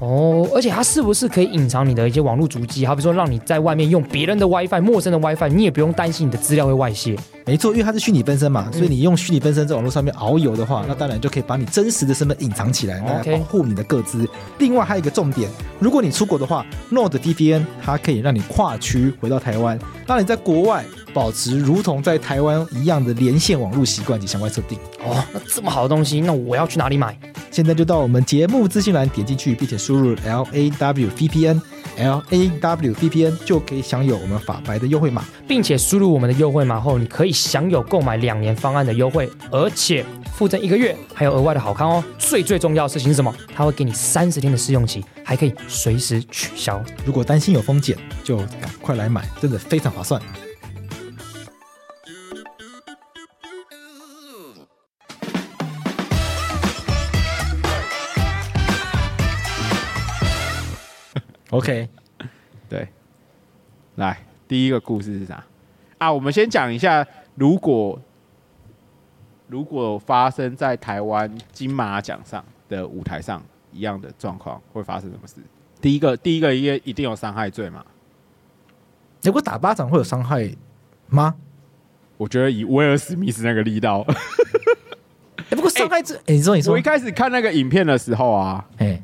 Speaker 3: 哦，而且它是不是可以隐藏你的一些网络足迹？好比说，让你在外面用别人的 WiFi、陌生的 WiFi，你也不用担心你的资料会外泄。
Speaker 1: 没错，因为它是虚拟分身嘛，所以你用虚拟分身在网络上面遨游的话，那当然就可以把你真实的身份隐藏起来，那来
Speaker 3: OK
Speaker 1: 保护你的个资。另外还有一个重点，如果你出国的话，Nord VPN 它可以让你跨区回到台湾，让你在国外保持如同在台湾一样的连线网络习惯及相关设定。
Speaker 3: 哦，那这么好的东西，那我要去哪里买？
Speaker 1: 现在就到我们节目资讯栏点进去，并且输入 L A W V P N L A W V P N 就可以享有我们法白的优惠码。
Speaker 3: 并且输入我们的优惠码后，你可以享有购买两年方案的优惠，而且附赠一个月还有额外的好康哦。最最重要的事情是什么？它会给你三十天的试用期，还可以随时取消。
Speaker 1: 如果担心有风险，就赶快来买，真的非常划 算。OK，
Speaker 2: 对，来第一个故事是啥啊？我们先讲一下，如果如果发生在台湾金马奖上的舞台上一样的状况，会发生什么事？第一个，第一个一一定有伤害罪嘛？
Speaker 1: 如果打巴掌会有伤害吗？
Speaker 2: 我觉得以威尔史密斯那个力道，
Speaker 1: 哎，不过伤害这，哎，你说你说
Speaker 2: 我一，开始看那个影片的时候啊，
Speaker 1: 哎，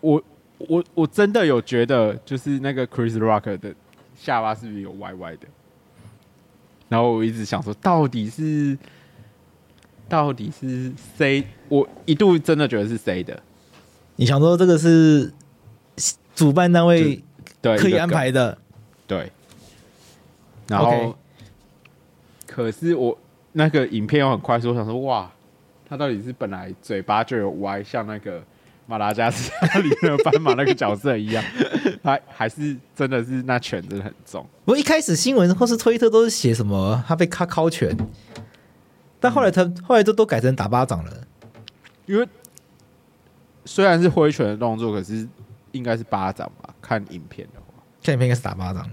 Speaker 2: 我我我真的有觉得，就是那个 Chris Rock 的下巴是不是有歪歪的？然后我一直想说，到底是到底是谁？我一度真的觉得是谁的，
Speaker 1: 你想说这个是主办单位
Speaker 2: 对，
Speaker 1: 刻
Speaker 2: 一
Speaker 1: 意
Speaker 2: 个
Speaker 1: 安
Speaker 2: 梗
Speaker 1: 排的？
Speaker 2: 对。然后
Speaker 1: OK
Speaker 2: 可是我那个影片又很快速，我想说哇，他到底是本来嘴巴就有歪，像那个马达加斯加里的斑马那个角色一样， 还还是真的是那拳真的很重。
Speaker 1: 我一开始新闻或是推特都是写什么他被卡敲拳，但后来他后来都都改成打巴掌了。
Speaker 2: 因为虽然是挥拳的动作，可是应该是巴掌吧？看影片的话，
Speaker 1: 看影片应该是打巴掌，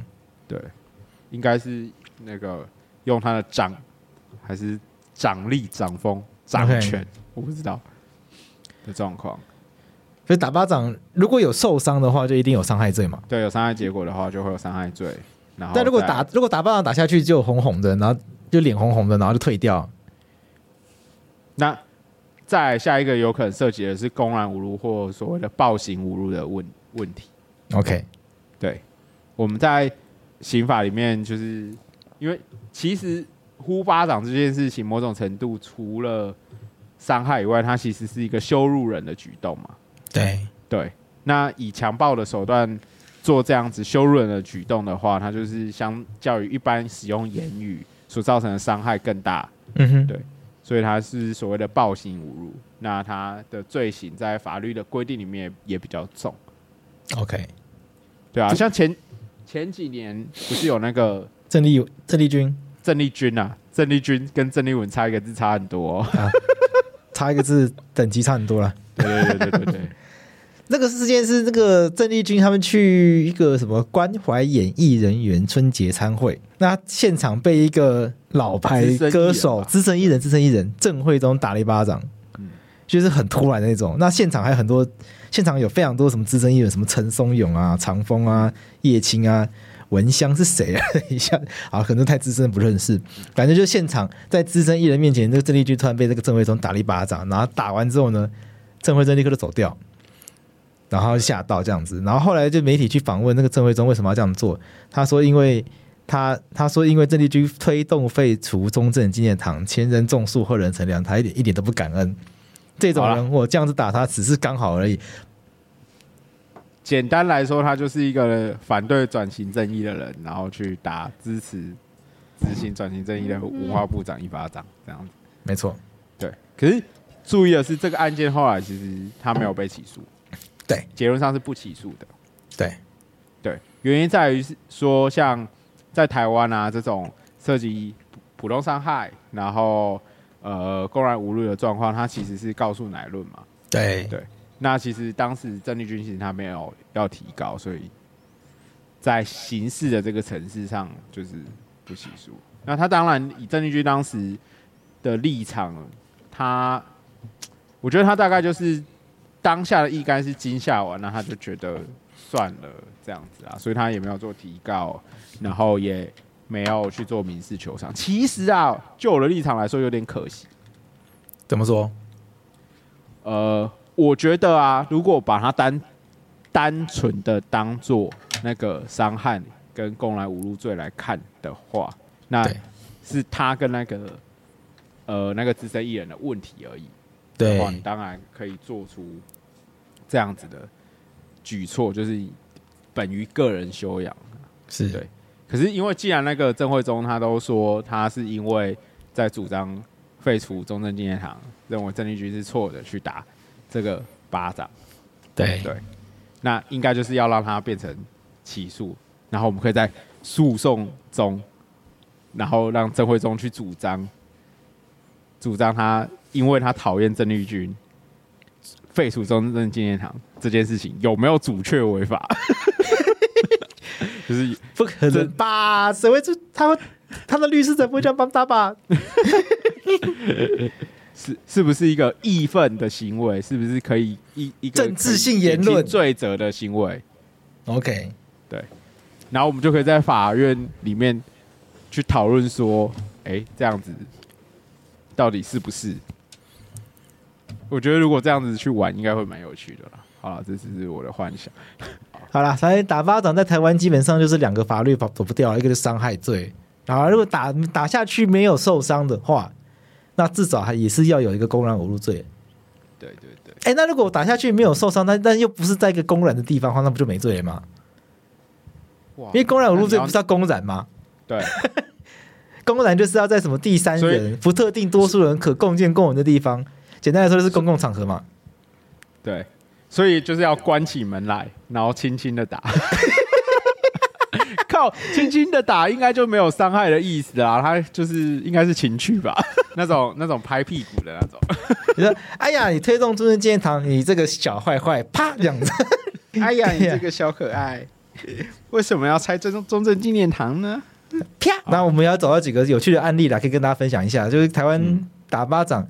Speaker 2: 对，应该是那个用他的掌还是掌力、掌风、掌
Speaker 1: OK
Speaker 2: 拳我不知道的状况。
Speaker 1: 所以打巴掌如果有受伤的话，就一定有伤害罪嘛。
Speaker 2: 对，有伤害结果的话，就会有伤害罪。然后再，
Speaker 1: 但如果打如果打巴掌打下去就红红的，然后就脸红红的，然后就退掉。
Speaker 2: 那再来下一个有可能涉及的是公然侮辱或所谓的暴行侮辱的问问题。
Speaker 1: OK，
Speaker 2: 对，我们在刑法里面就是因为其实呼巴掌这件事情，某种程度除了伤害以外，它其实是一个羞辱人的举动嘛。
Speaker 1: 对，
Speaker 2: 对，那以强暴的手段做这样子羞辱人的举动的话，它就是相较于一般使用言语所造成的伤害更大，
Speaker 1: 嗯哼，
Speaker 2: 对所以它是所谓的暴行侮辱。那它的罪行在法律的规定里面也也比较重。
Speaker 1: ，OK，
Speaker 2: 对啊，像前前几年不是有那个
Speaker 1: 郑丽郑丽君
Speaker 2: 郑丽君啊，郑丽君跟郑丽文差一个字差很多、哦。
Speaker 1: 差一个字，等级差很多了。
Speaker 2: 对对对对对对，
Speaker 1: 那个事件是那个郑丽君他们去一个什么关怀演艺人员春节餐会，那现场被一个老牌歌手、资
Speaker 2: 资
Speaker 1: 深艺人、资深艺人郑慧中打了一巴掌，
Speaker 2: 嗯
Speaker 1: 就是很突然的那种。那现场还有很多，现场有非常多什么资深艺人，什么陈松勇啊、长风啊、叶青啊，蚊香是谁啊？ 一下啊，可能太资深不认识，反正就现场在资深艺人面前，这个郑丽君突然被这个郑慧中打了一巴掌，然后打完之后呢，郑慧中立刻就走掉，然后吓到这样子，然后后来就媒体去访问那个郑慧中为什么要这样做，他说因为。他他说，因为郑丽君推动废除中正纪念堂，前人种树后人乘凉，他一点一点都不感恩。这种
Speaker 2: 好
Speaker 1: 人，我这样子打他只是刚好而已，
Speaker 2: 简单来说，他就是一个反对转型正义的人，然后去打支持执行转型正义的文化部长一巴掌这样子。
Speaker 1: 没错，
Speaker 2: 对，可是注意的是，这个案件后来其实他没有被起诉，
Speaker 1: 对
Speaker 2: 结论上是不起诉的。
Speaker 1: 对，
Speaker 2: 对，原因在于是说，像在台湾啊这种涉及普通伤害，然后呃公然侮辱的状况，它其实是告诉乃论嘛。
Speaker 1: 对
Speaker 2: 对那其实当时郑丽君其实她没有要提高，所以在刑事的这个层次上就是不起诉。那她当然以郑丽君当时的立场，她我觉得她大概就是当下的意该是惊吓完，那她就觉得算了这样子啊，所以她也没有做提告，然后也没有去做民事求偿。其实啊，就我的立场来说，有点可惜。
Speaker 1: 怎么说？
Speaker 2: 呃，我觉得啊，如果把它单单纯的当做那个伤害跟公然侮辱罪来看的话，那
Speaker 1: 对
Speaker 2: 是他跟那个呃那个资深艺人的问题而已。的话，你
Speaker 1: 对
Speaker 2: 哦当然可以做出这样子的举措，就是本于个人修养。
Speaker 1: 是，
Speaker 2: 对可是因为既然那个郑惠宗他都说他是因为在主张废除中正纪念堂，认为郑丽君是错的去打这个巴掌，
Speaker 1: 对
Speaker 2: 对那应该就是要让他变成起诉，然后我们可以在诉讼中，然后让郑惠宗去主张，主张他因为他讨厌郑丽君。废除中正纪念堂这件事情有没有阻却违法？ 就是
Speaker 1: 不可能吧？谁会去？他会他的律师怎么会这样帮他吧？
Speaker 2: 是是不是一个义愤的行为？是不是可以一一个
Speaker 1: 政治性言论
Speaker 2: 可以减轻罪责的行为？
Speaker 1: OK，
Speaker 2: 然后我们就可以在法院里面去讨论说，哎、这样子到底是不是？我觉得如果这样子去玩，应该会蛮有趣的啦。好了，这只是我的幻想。
Speaker 1: 好啦，反正打巴掌在台湾基本上就是两个法律跑走不掉，一个是伤害罪，然后如果打打下去没有受伤的话，那至少还也是要有一个公然侮辱罪。
Speaker 2: 对对对，
Speaker 1: 哎，那如果我打下去没有受伤，但但又不是在一个公然的地方的话，那不就没罪了吗？
Speaker 2: 哇
Speaker 1: 因为公然侮辱罪
Speaker 2: 那
Speaker 1: 不
Speaker 2: 你
Speaker 1: 是
Speaker 2: 要
Speaker 1: 要公然吗？
Speaker 2: 对，
Speaker 1: 公然就是要在什么第三
Speaker 2: 所以
Speaker 1: 人不特定多数人可共建共文的地方，简单来说就是公共场合嘛。
Speaker 2: 对，所以就是要关起门来，然后轻轻的打。 靠，轻轻的打应该就没有伤害的意思啊，他就是应该是情趣吧， 那种那种拍屁股的那种。
Speaker 1: 你说，哎呀，你推动中正纪念堂，你这个小坏坏，啪这样子。
Speaker 2: 哎呀，你
Speaker 1: 对呀
Speaker 2: 这个小可 爱，为什么要拆中中正纪念堂呢？
Speaker 1: 啪！那我们要找到几个有趣的案例来，可以跟大家分享一下。就是台湾打巴掌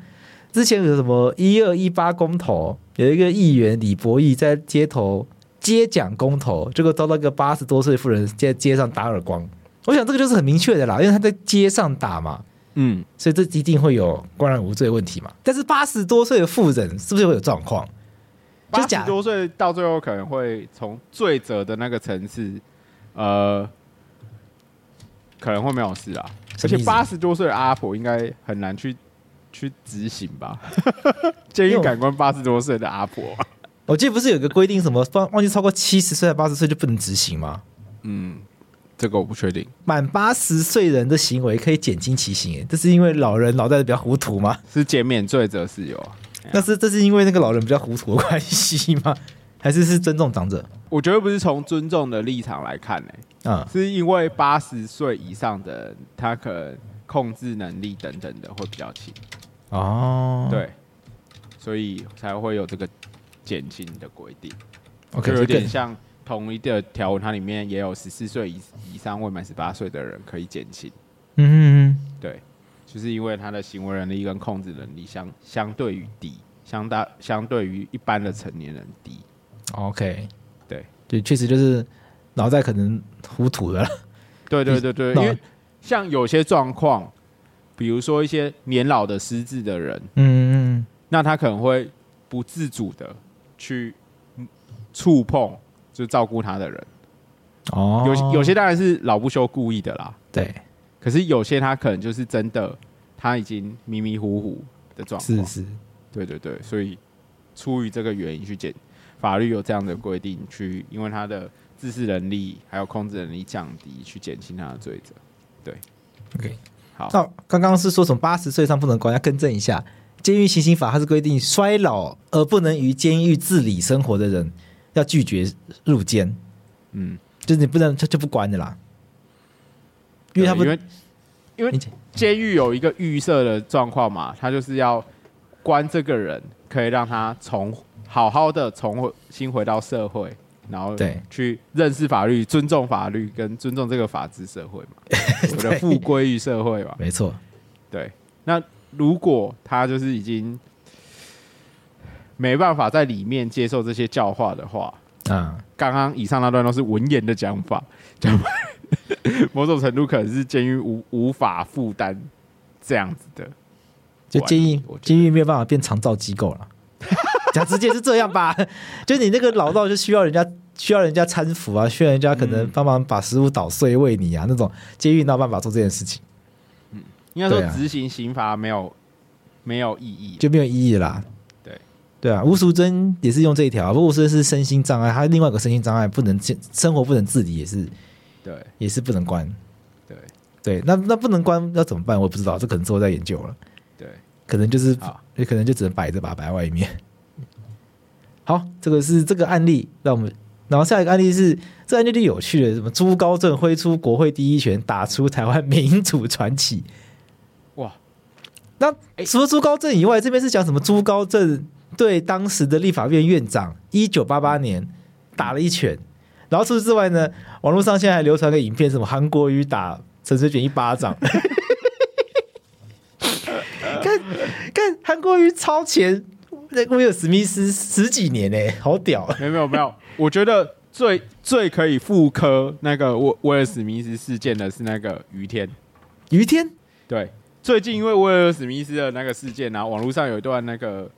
Speaker 1: 之前有什么一二一八公投，有一个议员李博义在街头接讲公投，结果遭到一个八十多岁的妇人在街上打耳光。我想这个就是很明确的啦，因为他在街上打嘛，
Speaker 2: 嗯，
Speaker 1: 所以这一定会有公然无罪的问题嘛。但是八十多岁的妇人是不是会有状况？就
Speaker 2: 八
Speaker 1: 假
Speaker 2: 十多岁到最后可能会从罪责的那个层次，呃，可能会没有事啊。而
Speaker 1: 什
Speaker 2: 且
Speaker 1: 么意思
Speaker 2: 八十多岁的阿婆应该很难去去执行吧？ 监狱感官八十多岁的阿婆，
Speaker 1: 我记得不是有个规定，什么忘忘记超过七十岁、八十岁就不能执行吗？
Speaker 2: 嗯，这个我不确定，
Speaker 1: 满八十岁人的行为可以减轻其刑，诶这是因为老人脑袋比较糊涂吗？
Speaker 2: 是减免罪责是有啊。
Speaker 1: 那是这是因为那个老人比较糊涂的关系吗？ 还是是尊重长者？
Speaker 2: 我觉得不是从尊重的立场来看呢、欸
Speaker 1: 啊、
Speaker 2: 是因为八十岁以上的人他可能控制能力等等的会比较轻，
Speaker 1: 哦，
Speaker 2: 对，所以才会有这个减轻的规定，
Speaker 1: ，OK，
Speaker 2: 就有
Speaker 1: 就
Speaker 2: 点
Speaker 1: 更
Speaker 2: 像同一的条文，它里面也有十四岁以以上未满十八岁的人可以减轻，
Speaker 1: 嗯嗯
Speaker 2: 对，就是因为他的行为能力跟控制能力相相对于低，相当相对于一般的成年人低，
Speaker 1: ，OK，
Speaker 2: 对，
Speaker 1: 对，确实就是脑袋可能糊涂了啦。
Speaker 2: 对对对对，
Speaker 1: 那
Speaker 2: 因为像有些状况，比如说一些年老的失智的人，
Speaker 1: 嗯，嗯
Speaker 2: 那他可能会不自主的去嗯触碰，就照顾他的人。
Speaker 1: 嗯哦，
Speaker 2: 有些有些当然是老不休故意的啦，
Speaker 1: 对，
Speaker 2: 可是有些他可能就是真的他已经迷迷糊糊的状
Speaker 1: 是
Speaker 2: 况。
Speaker 1: 是，
Speaker 2: 对对对，所以出于这个原因去检，法律有这样的规定去，因为他的自视能力还有控制能力降低，去减轻他的罪责。
Speaker 1: OK，
Speaker 2: 好
Speaker 1: 那刚刚是说什么八十岁以上不能关？要更正一下，《监狱行刑法》它是规定衰老而不能于监狱自理生活的人要拒绝入监，
Speaker 2: 嗯，
Speaker 1: 就是你不能就就不关的啦，因为他不
Speaker 2: 对因为因为
Speaker 1: 你讲
Speaker 2: 监狱有一个预设的状况嘛，他就是要关这个人，可以让他重好好的重新回到社会，然后
Speaker 1: 对
Speaker 2: 去认识法律、尊重法律跟尊重这个法治社 会嘛，我的复归于社会嘛。
Speaker 1: 没错，
Speaker 2: 对，那如果他就是已经没办法在里面接受这些教化的话，
Speaker 1: 啊、
Speaker 2: 刚刚以上那段都是文言的讲法， 讲法某种程度可能是监狱无无法负担这样子的。
Speaker 1: 就监狱
Speaker 2: 我觉得
Speaker 1: 监狱没有办法变长照机构 了，讲直接是这样吧， 就是你那个老道就需要人家。需要人家搀扶啊，需要人家可能
Speaker 2: 嗯
Speaker 1: 帮忙把食物捣碎喂你啊，那种监狱哪有办法做这件事情，
Speaker 2: 应该说
Speaker 1: 对啊
Speaker 2: 执行刑罚没有、没有意义。
Speaker 1: 就没有意义啦。
Speaker 2: 对
Speaker 1: 对啊，吴淑珍也是用这一条啊，不过吴淑珍是身心障碍，她另外一个身心障碍不能自生活不能自理，也是
Speaker 2: 对
Speaker 1: 也是不能关。
Speaker 2: 对
Speaker 1: 对，那那不能关要怎么办？我也不知道，这可能之后再研究了，
Speaker 2: 对，
Speaker 1: 可能就是
Speaker 2: 好
Speaker 1: 也可能就只能摆着吧，摆在外面。好，这个是这个案例，让我们然后下一个案例是这个案例就有趣了，什么朱高正挥出国会第一拳，打出台湾民主传奇。
Speaker 2: 哇，
Speaker 1: 那
Speaker 2: 诶
Speaker 1: 除了朱高正以外，这边是讲什么？朱高正对当时的立法院院长，一九八八年打了一拳。然后除此之外呢，网络上现在还流传个影片，什么韩国瑜打陈水扁一巴掌。 看，看韩国瑜超前那威尔史密斯十几年呢、好屌！
Speaker 2: 没有没有没有，我觉得最最可以复刻那个威威尔史密斯事件的是那个于天。
Speaker 1: 于天
Speaker 2: 对，最近因为威尔史密斯的那个事件啊，网络上有一段那个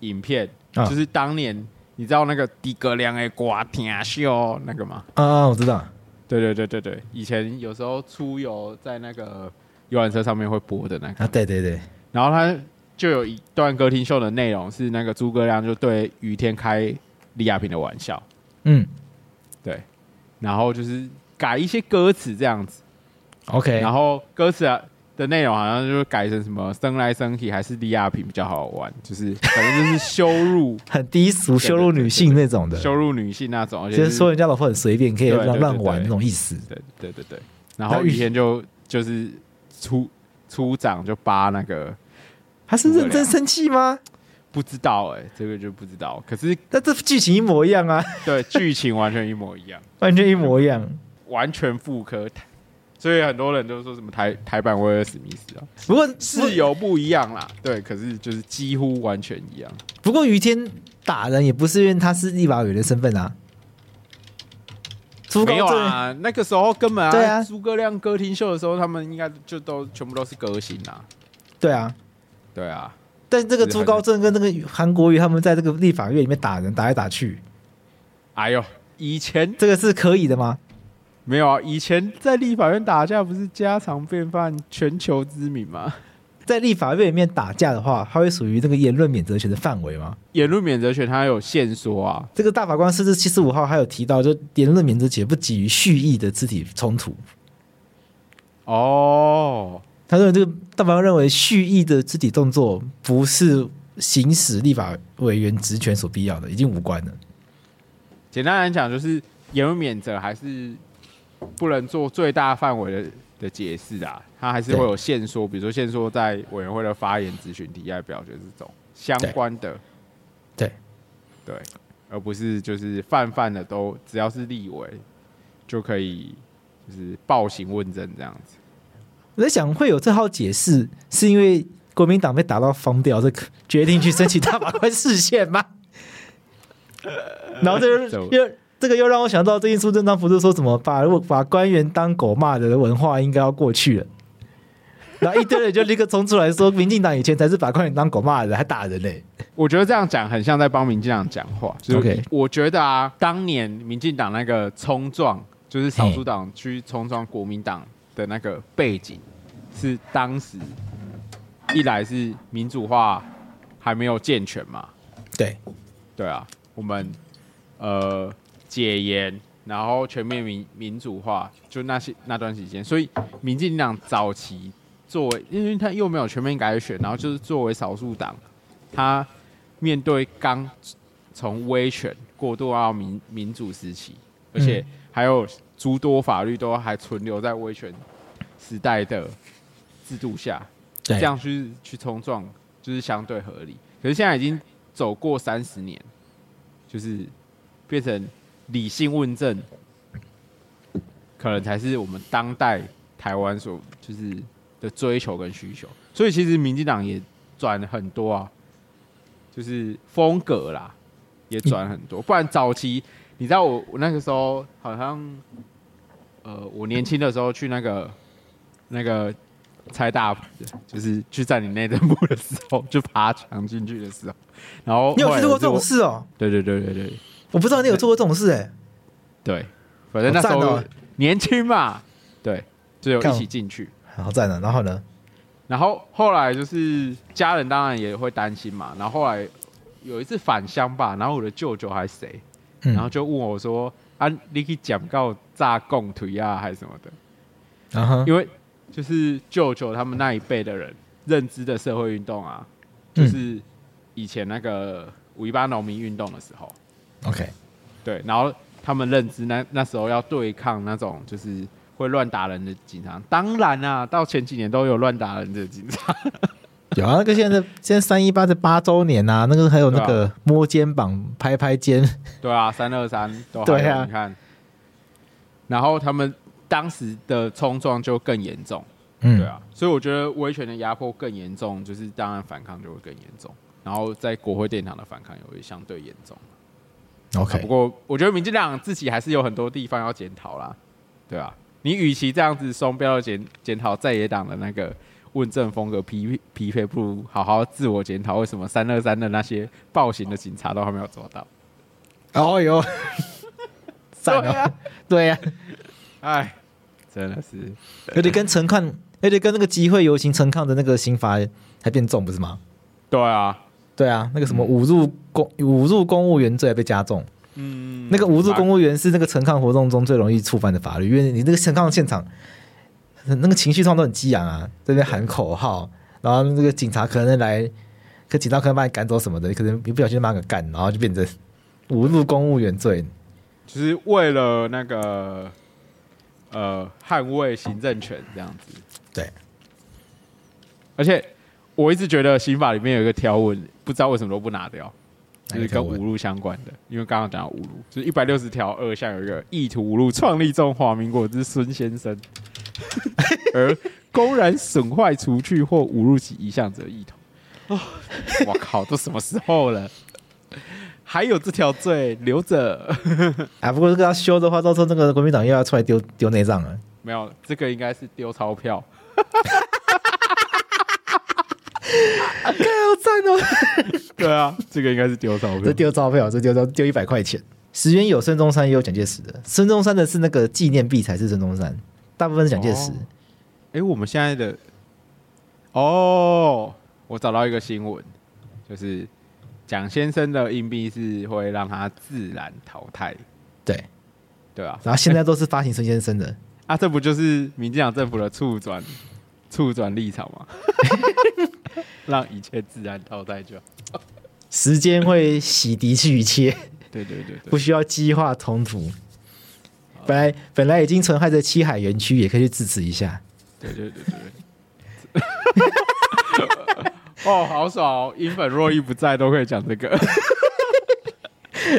Speaker 2: 影片，
Speaker 1: 啊
Speaker 2: 就是当年你知道那个诸葛亮的瓜田秀那个吗？
Speaker 1: 啊，我知道，
Speaker 2: 对对对对对，以前有时候出游在那个游览车上面会播的那个，
Speaker 1: 啊，对对对，
Speaker 2: 然后他就有一段歌厅秀的内容是那个诸葛亮就对于天开李亚平的玩笑，
Speaker 1: 嗯
Speaker 2: 对，然后就是改一些歌词这样子。
Speaker 1: ，OK，
Speaker 2: 然后歌词啊的内容好像就是改成什么生来生去还是李亚平比较好玩，就是反正就是羞辱
Speaker 1: 很低俗、羞辱女性那种的，
Speaker 2: 羞辱女性那种，而且
Speaker 1: 就是说
Speaker 2: 是
Speaker 1: 人家老婆很随便，可以
Speaker 2: 对对
Speaker 1: 乱
Speaker 2: 对
Speaker 1: 乱
Speaker 2: 对
Speaker 1: 玩
Speaker 2: 对
Speaker 1: 那种意思。
Speaker 2: 对对对对，然后
Speaker 1: 那玉
Speaker 2: 雨天就就是出出掌就扒那个
Speaker 1: 他是认真生气吗？
Speaker 2: 不知道哎、这个就不知道，可是
Speaker 1: 那这剧情一模一样啊，
Speaker 2: 对剧情完全一模一样，
Speaker 1: 完全一模一样。
Speaker 2: 完全复刻。所以很多人都说什么台台版威尔史密斯啊，
Speaker 1: 不过
Speaker 2: 是有不一样啦，对，可是就是几乎完全一样。
Speaker 1: 不过于天打人也不是因为他是立法委员的身份啊，朱
Speaker 2: 没有
Speaker 1: 高正、
Speaker 2: 啊，那个时候根本
Speaker 1: 对啊
Speaker 2: 诸葛亮歌厅秀的时候，他们应该就都全部都是歌星啊。
Speaker 1: 对啊，
Speaker 2: 对啊，
Speaker 1: 但这个
Speaker 2: 是
Speaker 1: 朱高正跟那个韩国瑜他们在这个立法院里面打人打来打去，
Speaker 2: 哎呦，以前
Speaker 1: 这个是可以的吗？
Speaker 2: 没有啊，以前在立法院打架不是家常便饭、全球知名 吗？
Speaker 1: 在立法院里面打架的话，它会属于那个言论免责权的范围吗？
Speaker 2: 言论免责权它有限缩啊，
Speaker 1: 这个大法官四至七十五号还有提到，就言论免责权不给予蓄意的肢体冲突。
Speaker 2: 哦，
Speaker 1: 他认为这个大法官认为蓄意的肢体动作不是行使立法委员职权所必要的，已经无关了。
Speaker 2: 简单来讲就是言论免责还是不能做最大范围的的解释啊，它还是会有限缩，比如说限缩在委员会的发言、咨询、提案、表决这种相关的，
Speaker 1: 对
Speaker 2: 对，而不是就是泛泛的都只要是立委就可以就是暴行问政这样子。
Speaker 1: 我在想，会有这套解释，是因为国民党被打到疯掉，这个 决定去申请大法官视线吗？然后这
Speaker 2: 这
Speaker 1: 又又这个又让我想到最近苏贞昌不是说什么把把官员当狗骂的文化应该要过去了，然后一堆人就立刻冲出来说，民进党以前才是把官员当狗骂的，还打人嘞、
Speaker 2: 我觉得这样讲很像在帮民进党讲话。就是
Speaker 1: OK
Speaker 2: 我觉得啊，当年民进党那个冲撞，就是少数党去冲撞国民党的那个背景，是当时一来是民主化还没有健全嘛，
Speaker 1: 对，
Speaker 2: 对啊，我们呃解严，然后全面民民主化，就那些那段时间，所以民进党早期作为，因为他又没有全面改选，然后就是作为少数党，他面对刚从威权过渡到民民主时期，而且还有诸多法律都还存留在威权时代的制度下，
Speaker 1: 对
Speaker 2: 这样去去冲撞，就是相对合理。可是现在已经走过三十年，就是变成理性问政，可能才是我们当代台湾所就是的追求跟需求。所以其实民进党也转了很多啊，就是风格啦，也转很多。不然早期你知道我我那个时候好像，呃，我年轻的时候去那个那个拆大，就是去占领内政部的时候， 就爬墙进去的时候，然后
Speaker 1: 你有去做过
Speaker 2: 后来是
Speaker 1: 这种
Speaker 2: 我？
Speaker 1: 事哦、
Speaker 2: 对对对对对
Speaker 1: 我不知道你有做过这种事哎、
Speaker 2: 对，反正那时
Speaker 1: 好赞
Speaker 2: 候
Speaker 1: 哦
Speaker 2: 年轻嘛，对，就有
Speaker 1: 干
Speaker 2: 一
Speaker 1: 我
Speaker 2: 起进去。
Speaker 1: 好赞啊！然后呢？
Speaker 2: 然后后来就是家人当然也会担心嘛，然后后来有一次返乡吧，然后我的舅舅还是谁，
Speaker 1: 嗯
Speaker 2: 然后就问我说：“啊，你去讲告炸共腿啊，还是什么的？”
Speaker 1: 然后
Speaker 2: 因为就是舅舅他们那一辈的人认知的社会运动啊，就
Speaker 1: 嗯
Speaker 2: 是以前那个五一八农民运动的时候，
Speaker 1: OK，
Speaker 2: 对，然后他们认知那那时候要对抗那种就是会乱打人的警察，当然啊，到前几年都有乱打人的警察，
Speaker 1: 有啊，那个现在现在三一八的八周年呐、啊，那个还有那个摸肩膀、拍拍肩，
Speaker 2: 对啊，三二三都还有
Speaker 1: 对啊
Speaker 2: 你看，然后他们当时的冲撞就更严重，
Speaker 1: 嗯
Speaker 2: 对，啊，所以我觉得威权的压迫更严重，就是当然反抗就会更严重，然后在国会殿堂的反抗也会相对严重。啊
Speaker 1: OK，
Speaker 2: 不过我觉得民进党自己还是有很多地方要检讨啦，对啊，你与其这样子双标的检检讨在野党的那个问政风格匹匹配，不如好好自我检讨，为什么三二三的那些暴行的警察都还没有抓到？
Speaker 1: 哦 哟，赞
Speaker 2: 对
Speaker 1: 哦
Speaker 2: 啊，
Speaker 1: 对呀、
Speaker 2: 哎，真的是
Speaker 1: 而且跟陈抗，而且跟那个集会游行陈抗的那个刑罚还变重，不是吗？
Speaker 2: 对啊，
Speaker 1: 对啊，那个什么侮辱公侮辱公务员罪还被加重，
Speaker 2: 嗯，
Speaker 1: 那个侮辱公务员是那个陈抗活动中最容易触犯的法律，因为你那个陈抗现场，那个情绪上都很激昂啊，这边喊口号，然后那个警察可能来，可警察可能把你赶走什么的，可能一不小心把你干，然后就变成侮辱公务员罪。
Speaker 2: 就是为了那个呃捍卫行政权这样子。
Speaker 1: 对，
Speaker 2: 而且我一直觉得刑法里面有一个条文，不知道为什么都不拿掉，
Speaker 1: 哪
Speaker 2: 就
Speaker 1: 个
Speaker 2: 是
Speaker 1: 条
Speaker 2: 跟
Speaker 1: 文
Speaker 2: 侮辱相关的。因为刚刚讲到侮辱，就是一百六十条二项有一个意图侮辱创立中华民国之孙先生， 而公然损坏、除去或侮辱其一项者意图。哦我、靠，都什么时候了？还有这条罪留着？
Speaker 1: 啊，不过这个要修的话，到时候那个国民党又要出来丢丢内脏了。
Speaker 2: 没有，这个应该是丢钞票。
Speaker 1: 好赞哦！
Speaker 2: 对啊， 这个应该是丢钞
Speaker 1: 这
Speaker 2: 票。
Speaker 1: 丢钞票，这丢钞丢一百块钱。十元有孙中山，也有蒋介石的。孙中山的是那个纪念币才是孙中山，大部分是蒋介石。
Speaker 2: 哦哎、我们现在的哦，我找到一个新闻，就是蒋先生的硬币是会让他自然淘汰，
Speaker 1: 对，
Speaker 2: 对啊，
Speaker 1: 然后现在都是发行孙先生的。
Speaker 2: 啊，这不就是民进党政府的促转 促转立场 吗？让一切自然淘汰就好。
Speaker 1: 时间会洗涤去一切，
Speaker 2: 对对对对
Speaker 1: 不需要激化冲突。本来本来已经存害着七海园区，也可以去支持一下。
Speaker 2: 对对对对对。 哦，好爽哦！英粉若意不在，都可以讲这个。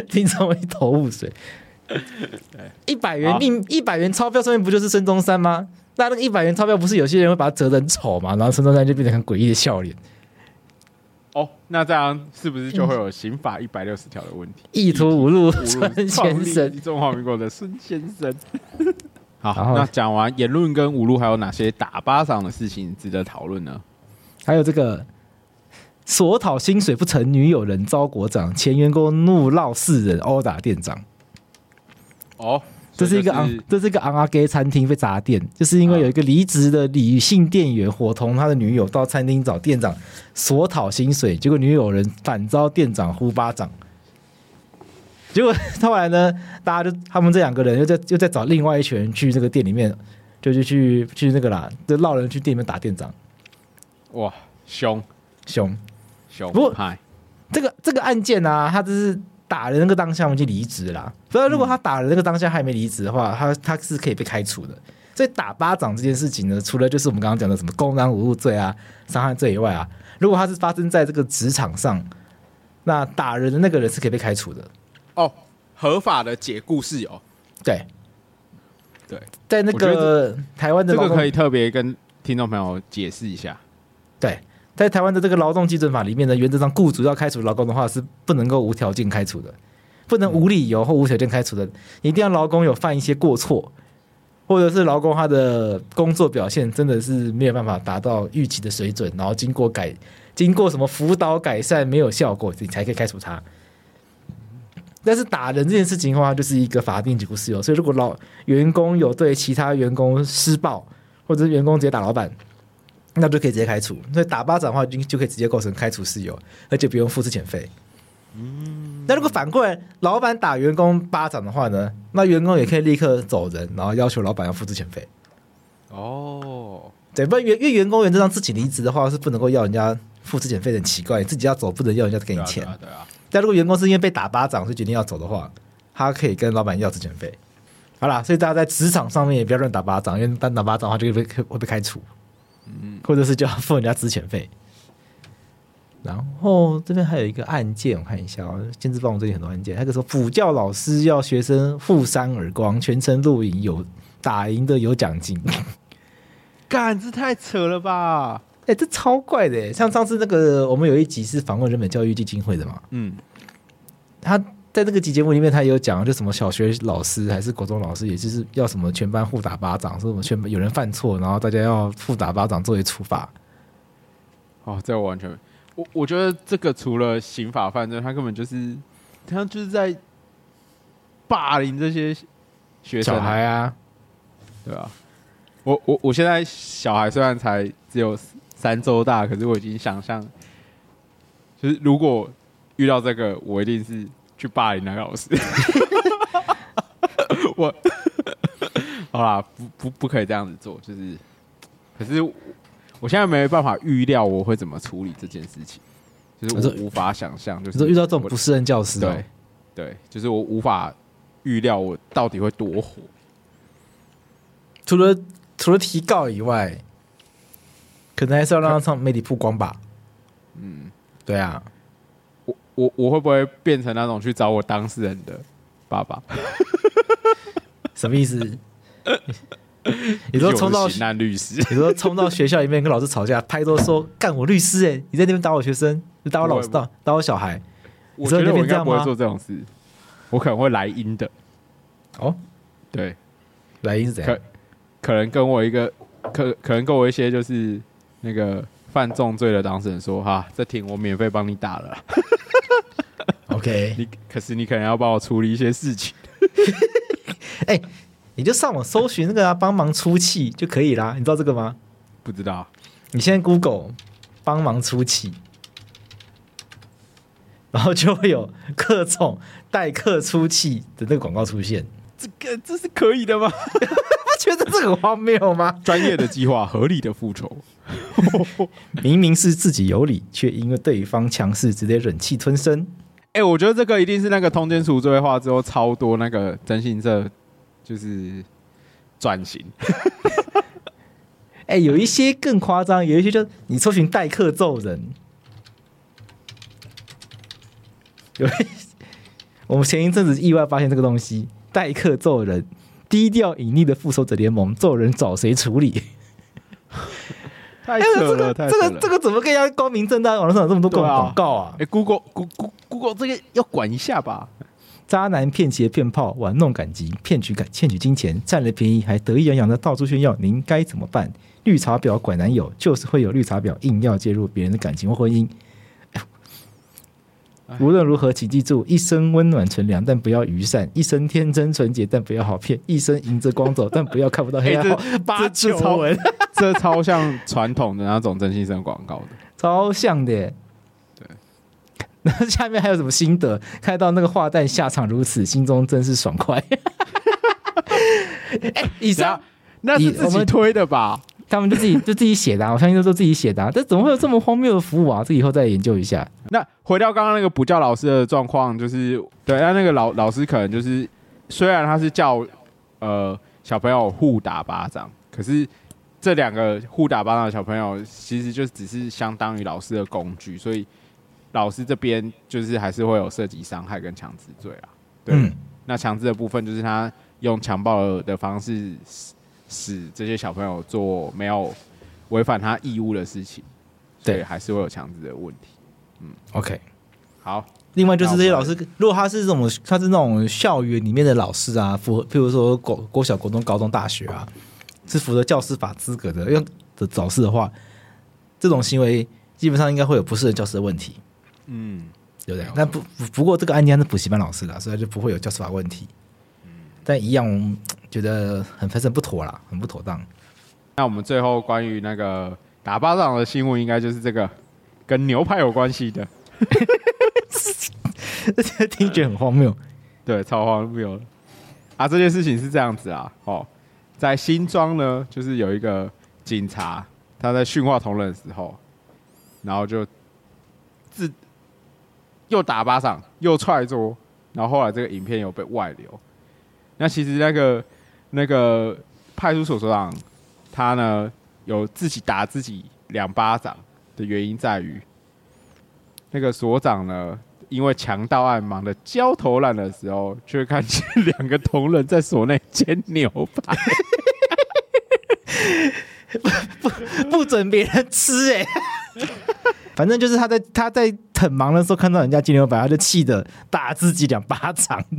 Speaker 1: 听众一头雾水。一百元
Speaker 2: 好
Speaker 1: 硬一百元钞票上面不就是孙中山吗？那那个一百元钞票不是有些人会把它折得很丑嘛，然后孙中山就变成很诡异的笑脸。
Speaker 2: 哦，那这样是不是就会有刑法一百六十条的问题？
Speaker 4: 意图侮 辱
Speaker 2: 侮
Speaker 4: 陈
Speaker 2: 辱创
Speaker 4: 先
Speaker 2: 立
Speaker 4: 生，
Speaker 2: 中华民国的孙先 生。好
Speaker 1: 然，后
Speaker 2: 那讲完言论跟侮辱，还有哪些打巴掌的事情值得讨论呢？
Speaker 1: 还有这个索讨薪水不成，女友人遭国长，前员工怒闹四人殴打店长。
Speaker 2: 哦，
Speaker 1: 这是一个
Speaker 2: 所以
Speaker 1: 昂
Speaker 2: 就是，啊
Speaker 1: 这是一个昂阿给餐厅被砸店，就是因为有一个离职的李姓店员伙同他的女友到餐厅找店长索讨薪水，结果女友人反遭店长呼巴掌。结果 后来呢，大家就他们这两个人又在又在找另外一群人去这个店里面，就就去去那个啦，就闹人去店里面打店长，
Speaker 2: 哇，凶
Speaker 1: 凶。
Speaker 2: 凶，
Speaker 1: 不过
Speaker 2: 嗨，
Speaker 1: 这个这个案件啊，他就是打了那个当下我们就离职啦。所以如果他打了那个当下还没离职的话，他他是可以被开除的。所以打巴掌这件事情呢，除了就是我们刚刚讲的什么公然侮辱罪啊、伤害罪以外啊，如果他是发生在这个职场上，那打人的那个人是可以被开除的。
Speaker 2: 哦，合法的解雇事由，
Speaker 1: 对，
Speaker 2: 对，
Speaker 1: 在那
Speaker 2: 我觉得
Speaker 1: 个台湾的
Speaker 2: 这
Speaker 1: 劳
Speaker 2: 个
Speaker 1: 动
Speaker 2: 可以特别跟听众朋友解释一下。
Speaker 1: 对，在台湾的这个劳动基准法里面呢，原则上雇主要开除劳工的话是不能够无条件开除的，不能无理由或无条件开除的，一定要劳工有犯一些过错，或者是劳工他的工作表现真的是没有办法达到预期的水准，然后经过改经过什么辅导改善没有效果，你才可以开除他。但是打人这件事情的话，就是一个法定解雇事由，所以如果老员工有对其他员工施暴，或者是员工直接打老板，那就可以直接开除。所以打巴掌的话，就就可以直接构成开除事由，而且不用付之前费。嗯，那如果反过来，老板打员工巴掌的话呢，那员工也可以立刻走人，然后要求老板要付之前费。
Speaker 2: 哦，
Speaker 1: 对，不然员因为员工原则上自己离职的话是不能够要人家付之前费的，很奇怪，自己要走不能要人家给
Speaker 2: 对
Speaker 1: 你
Speaker 2: 啊，
Speaker 1: 钱。
Speaker 2: 对啊，对啊，
Speaker 1: 但如果员工是因为被打巴掌所以决定要走的话，他可以跟老板要之前费。好啦，所以大家在职场上面也不要乱打巴掌，因为单打巴掌的话就会被会被开除，嗯，或者是就要付人家之前费。然后这边还有一个案件，我看一下哦，兼职帮我最近很多案件。那个时候补教老师要学生互扇耳光，全程录影有打赢的有奖金。
Speaker 2: 啊干，这太扯了吧？
Speaker 1: 哎、这超怪的耶！像上次那个，我们有一集是访问人本教育基金会的嘛，
Speaker 2: 嗯，
Speaker 1: 他在那个集节目里面，他也有讲，就什么小学老师还是国中老师，也就是要什么全班互打巴掌，说什么全班有人犯错，然后大家要互打巴掌作为处罚。
Speaker 2: 哦，这我完全，我我觉得这个除了刑法犯罪，他根本就是他就是在霸凌这些学
Speaker 1: 小
Speaker 2: 生啊
Speaker 1: 孩啊，
Speaker 2: 对啊，我我我现在小孩虽然才只有三周大，可是我已经想象，就是如果遇到这个，我一定是去霸凌那个老师。 我好啦，不不不可以这样子做，就是，可是我我现在没办法预料我会怎么处理这件事情，就是
Speaker 1: 你
Speaker 2: 我无法想象，就
Speaker 1: 你
Speaker 2: 是
Speaker 1: 说遇到这种
Speaker 2: 我
Speaker 1: 不胜任教师、哦
Speaker 2: 对，对，就是我无法预料我到底会多火。
Speaker 1: 除了除了提告以外，可能还是要让他上媒体曝光吧。
Speaker 2: 嗯。
Speaker 1: 对啊，
Speaker 2: 我我我会不会变成那种去找我当事人的爸爸？
Speaker 1: 什么意 思？你说冲到
Speaker 2: 就是刑案律师，
Speaker 1: 你说冲到学校里面跟老师吵架，拍桌说干我律师哎、你在那边打我学生，你打我老师，
Speaker 2: 不会
Speaker 1: 打打我小孩。
Speaker 2: 我
Speaker 1: 知道
Speaker 2: 觉
Speaker 1: 那
Speaker 2: 得
Speaker 1: 边
Speaker 2: 我应
Speaker 1: 这
Speaker 2: 该
Speaker 1: 样
Speaker 2: 不会
Speaker 1: 吗
Speaker 2: 做这种事，我可能会来阴的。
Speaker 1: 哦，
Speaker 2: 对，
Speaker 1: 来因是怎样
Speaker 2: 可？可能跟我一个可可能跟我一些就是那个犯重罪的当事人说哈，这庭我免费帮你打了 啦，
Speaker 1: OK，
Speaker 2: 你可是你可能要帮我处理一些事情。
Speaker 1: 哎、你就上网搜寻那个啊，帮忙出气就可以啦。你知道这个吗？
Speaker 2: 不知道
Speaker 1: 你现在 Google 帮忙出气，然后就会有各种代客出气的那个广告出现。
Speaker 2: 这个这是可以的吗？
Speaker 1: 他觉得这个荒谬吗？
Speaker 2: 专业的计划，合理的复仇。
Speaker 1: 明明是自己有理，却因为对方强势，直接忍气吞声。
Speaker 2: 哎、我觉得这个一定是那个通奸除罪化之后，超多那个征信社就是转型。
Speaker 1: 哎、有一些更夸张，有一些就你搜寻代客揍人，有一我们前一阵子意外发现这个东西，代客揍人，低调隐匿的复仇者联盟，揍人找谁处理？
Speaker 2: 太
Speaker 1: 哎，
Speaker 2: 扯
Speaker 1: 这
Speaker 2: 了，
Speaker 1: 个
Speaker 2: 太
Speaker 1: 这
Speaker 2: 扯
Speaker 1: 个
Speaker 2: 了
Speaker 1: 这。个怎么可以让光明正大网络上有这么多
Speaker 2: 对
Speaker 1: 广
Speaker 2: 啊
Speaker 1: 广告啊？
Speaker 2: 哎，Google Google Google 这个要管一下吧？
Speaker 1: 渣男骗邪骗炮，玩弄感情，骗取感骗取金钱，占了便宜还得意洋洋的到处炫耀，您该怎么办？绿茶婊管男友，就是会有绿茶婊硬要介入别人的感情或婚姻。哎无论如何，请记住：一生温暖纯良，但不要愚善；一生天真纯洁，但不要好骗；一生迎着光走，但不要看不到黑暗。
Speaker 2: 哎
Speaker 1: 好八
Speaker 2: 这
Speaker 1: 九
Speaker 2: 超
Speaker 1: 文，
Speaker 2: 这超像传统的那种真心生广告的。
Speaker 1: 超像的耶。
Speaker 2: 对。
Speaker 1: 然后下面还有什么心得？看到那个化蛋下场如此，心中真是爽快。 哎、以
Speaker 2: 只要
Speaker 1: 上
Speaker 2: 那是自
Speaker 1: 我
Speaker 2: 己
Speaker 1: 们
Speaker 2: 推的吧？
Speaker 1: 他们就自己 就自己写的、啊，我相信都是自己写的、啊。这怎么会有这么荒谬的服务啊？这以后再研究一下。
Speaker 2: 那回到刚刚那个补教老师的状况，就是对，那那个老老师可能就是，虽然他是叫呃小朋友互打巴掌，可是这两个互打巴掌的小朋友，其实就只是相当于老师的工具，所以老师这边就是还是会有涉及伤害跟强制罪啊。对，
Speaker 1: 嗯
Speaker 2: 那强制的部分就是他用强暴的方式使使这些小朋友做没有违反他义务的事情，所以
Speaker 1: 对
Speaker 2: 还是会有强制的问题。
Speaker 1: ，OK。
Speaker 2: 好，
Speaker 1: 另外就是这些老师，如果他是这种，他是那种校园里面的老师啊，符合，譬如说国国小、国中、高中、大学啊，是符合教师法资格的，要的老师的话，这种行为基本上应该会有不适任教师的问题。
Speaker 2: 嗯，
Speaker 1: 对不对
Speaker 2: 了？
Speaker 1: 那不不不过这个案件是补习班老师的，所以就不会有教师法问题。嗯但一样我们觉得很分身不妥啦，很不妥当。
Speaker 2: 那我们最后关于那个打巴掌的新闻，应该就是这个跟牛排有关系的，
Speaker 1: 听觉很荒谬。
Speaker 2: 对，超荒谬的啊！这件事情是这样子啊，哦，在新庄呢，就是有一个警察，他在训话同仁的时候，然后就自又打巴掌，又踹桌，然后后来这个影片有被外流。那其实那个那个派出所所长，他呢有自己打自己两巴掌的原因在于，那个所长呢因为强盗案忙得焦头烂额的时候，却看见两个同仁在所内煎牛 排。
Speaker 1: 不准别人吃 哎、反正就是他在他在很忙的时候看到人家金牛百，他就气得打自己两巴掌。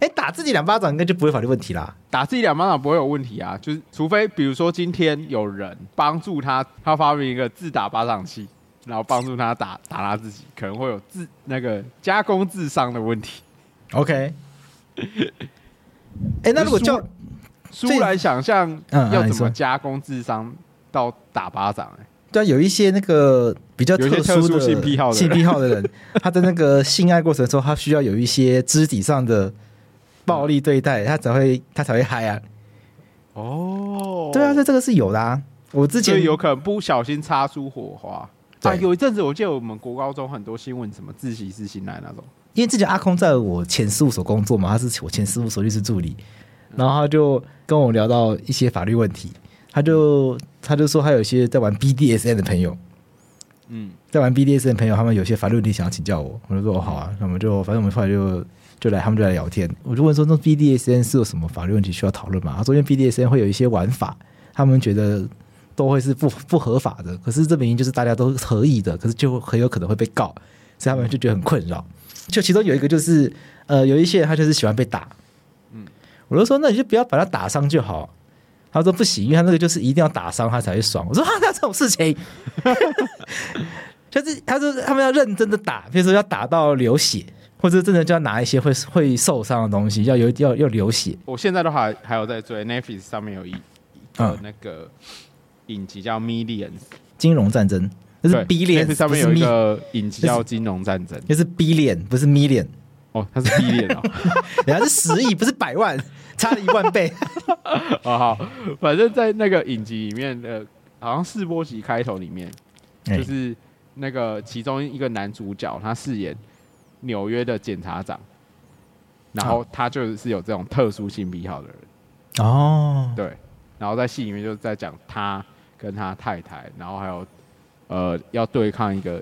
Speaker 1: 哎、打自己两巴掌应该就不会法律问题啦。
Speaker 2: 打自己两巴掌不会有问题啊，就是除非比如说今天有人帮助他，他发明一个自打巴掌器，然后帮助他打打他自己，可能会有自那个加工智商的问 题。
Speaker 1: OK。哎、那如果叫
Speaker 2: 舒然想象
Speaker 1: 嗯
Speaker 2: 要
Speaker 1: 嗯你
Speaker 2: 怎么
Speaker 1: 说
Speaker 2: 加工智商到打巴掌、欸，
Speaker 1: 对啊，有一些那个比较
Speaker 2: 有一些特
Speaker 1: 殊
Speaker 2: 殊
Speaker 1: 的
Speaker 2: 性癖好的人
Speaker 1: 性癖好的 人，他在那个性爱过程中，他需要有一些肢体上的暴力对待，他才会他才会嗨啊。
Speaker 2: 哦
Speaker 1: 对啊，这这个是有的、啊。我之
Speaker 2: 所
Speaker 1: 前
Speaker 2: 以有可能不小心擦出火花。啊，
Speaker 1: 对
Speaker 2: 有一阵子我记得我们国高中很多新闻，什么自习室醒来那种，
Speaker 1: 因为之前阿空在我前事务所工作嘛，他是我前事务所律师助理，然后他就跟我聊到一些法律问题，他就他就说他有一些在玩 BDSN 的朋友，
Speaker 2: 嗯，
Speaker 1: 在玩 BDSN 的朋友，他们有些法律问题想要请教我，我就说哦好啊，那我们就反正我们后来就就来，他们就来聊天，我就问说那 BDSN 是有什么法律问题需要讨论吗？他说因为 BDSN 会有一些玩法，他们觉得都会是不不合法的，可是这明明就是大家都合意的，可是就很有可能会被告，所以他们就觉得很困扰。就其中有一个就是，呃，有一些人他就是喜欢被打，我就说那你就不要把他打伤就好。他说不行，因为他那个就是一定要打伤他才会爽。我说哈，那这种事情，就是他说他们要认真的打，比如说要打到流血，或者真的就要拿一些会会受伤的东西，要有要要流血。
Speaker 2: 我现在都还还有在追 Netflix 上面有一一个
Speaker 1: 嗯
Speaker 2: 那个影集叫《Millions》，
Speaker 1: 金融战争，那
Speaker 2: 对
Speaker 1: 是 billion，
Speaker 2: Netflix 上
Speaker 1: 不
Speaker 2: 面
Speaker 1: 是
Speaker 2: 有一
Speaker 1: mi，
Speaker 2: 个影集叫《金融战争》，
Speaker 1: 就是 billion，不是 million，
Speaker 2: 哦，它是 Billion 哦，
Speaker 1: 人家是十亿，不是百万，差了一万倍。
Speaker 2: 哦好，反正在那个影集里面的，好像试播集开头里面，就
Speaker 1: 哎
Speaker 2: 是那个其中一个男主角，他饰演纽约的检察长，然后他就是有这种特殊性癖好的人，
Speaker 1: 哦，
Speaker 2: 对。然后在戏里面就是在讲他跟他太太，然后还有呃要对抗一个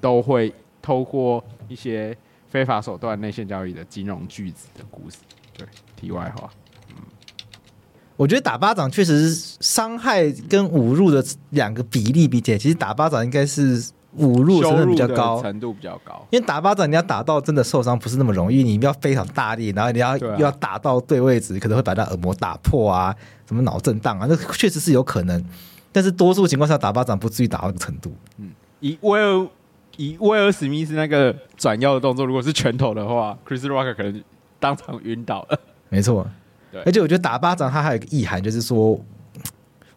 Speaker 2: 都会透过一些非呃法手段内线交易的金融巨子的故事。对，题外话。
Speaker 1: 我觉得打巴掌确实是伤害跟侮辱的两个比例比起来，其实打巴掌应该是侮辱的成
Speaker 2: 羞
Speaker 1: 分
Speaker 2: 辱
Speaker 1: 比较
Speaker 2: 的
Speaker 1: 高。
Speaker 2: 程度比较高。
Speaker 1: 因为打巴掌，你要打到真的受伤不是那么容易，你要非常大力，然后你要、
Speaker 2: 对啊
Speaker 1: 又要打到对位置，可能会把他耳膜打破啊，什么脑震荡啊，那确实是有可能。但是多数情况下打巴掌不至于打到这个程度。
Speaker 2: 以威尔以威尔史密斯那个转腰的动作，如果是拳头的话，Chris Rock 可能当场晕倒了。
Speaker 1: 没错
Speaker 2: 对，
Speaker 1: 而且我觉得打巴掌它还有一个意涵，就是说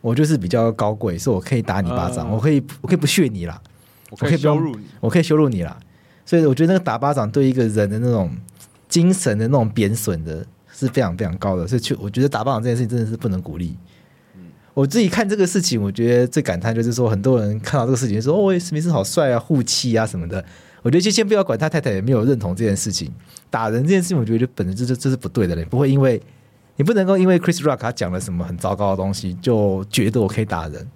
Speaker 1: 我就是比较高贵，所以我可以打你巴掌，
Speaker 2: 嗯
Speaker 1: 我可以我可以不屑你啦，
Speaker 2: 我
Speaker 1: 我
Speaker 2: 可
Speaker 1: 可
Speaker 2: 以
Speaker 1: 以不用
Speaker 2: 羞辱你，
Speaker 1: 我可以羞辱你啦。所以我觉得那个打巴掌对一个人的那种精神的那种贬损的是非常非常高的，所以去我觉得打巴掌这件事情真的是不能鼓励。我自己看这个事情，我觉得最感叹就是说，很多人看到这个事情就说：“哦，史密斯好帅啊，护妻啊什么的。”我觉得就先不要管他太太有没有认同这件事情，打人这件事情，我觉得本身就是这是不对的，你不会因为你不能够因为 Chris Rock 他讲了什么很糟糕的东西，就觉得我可以打人。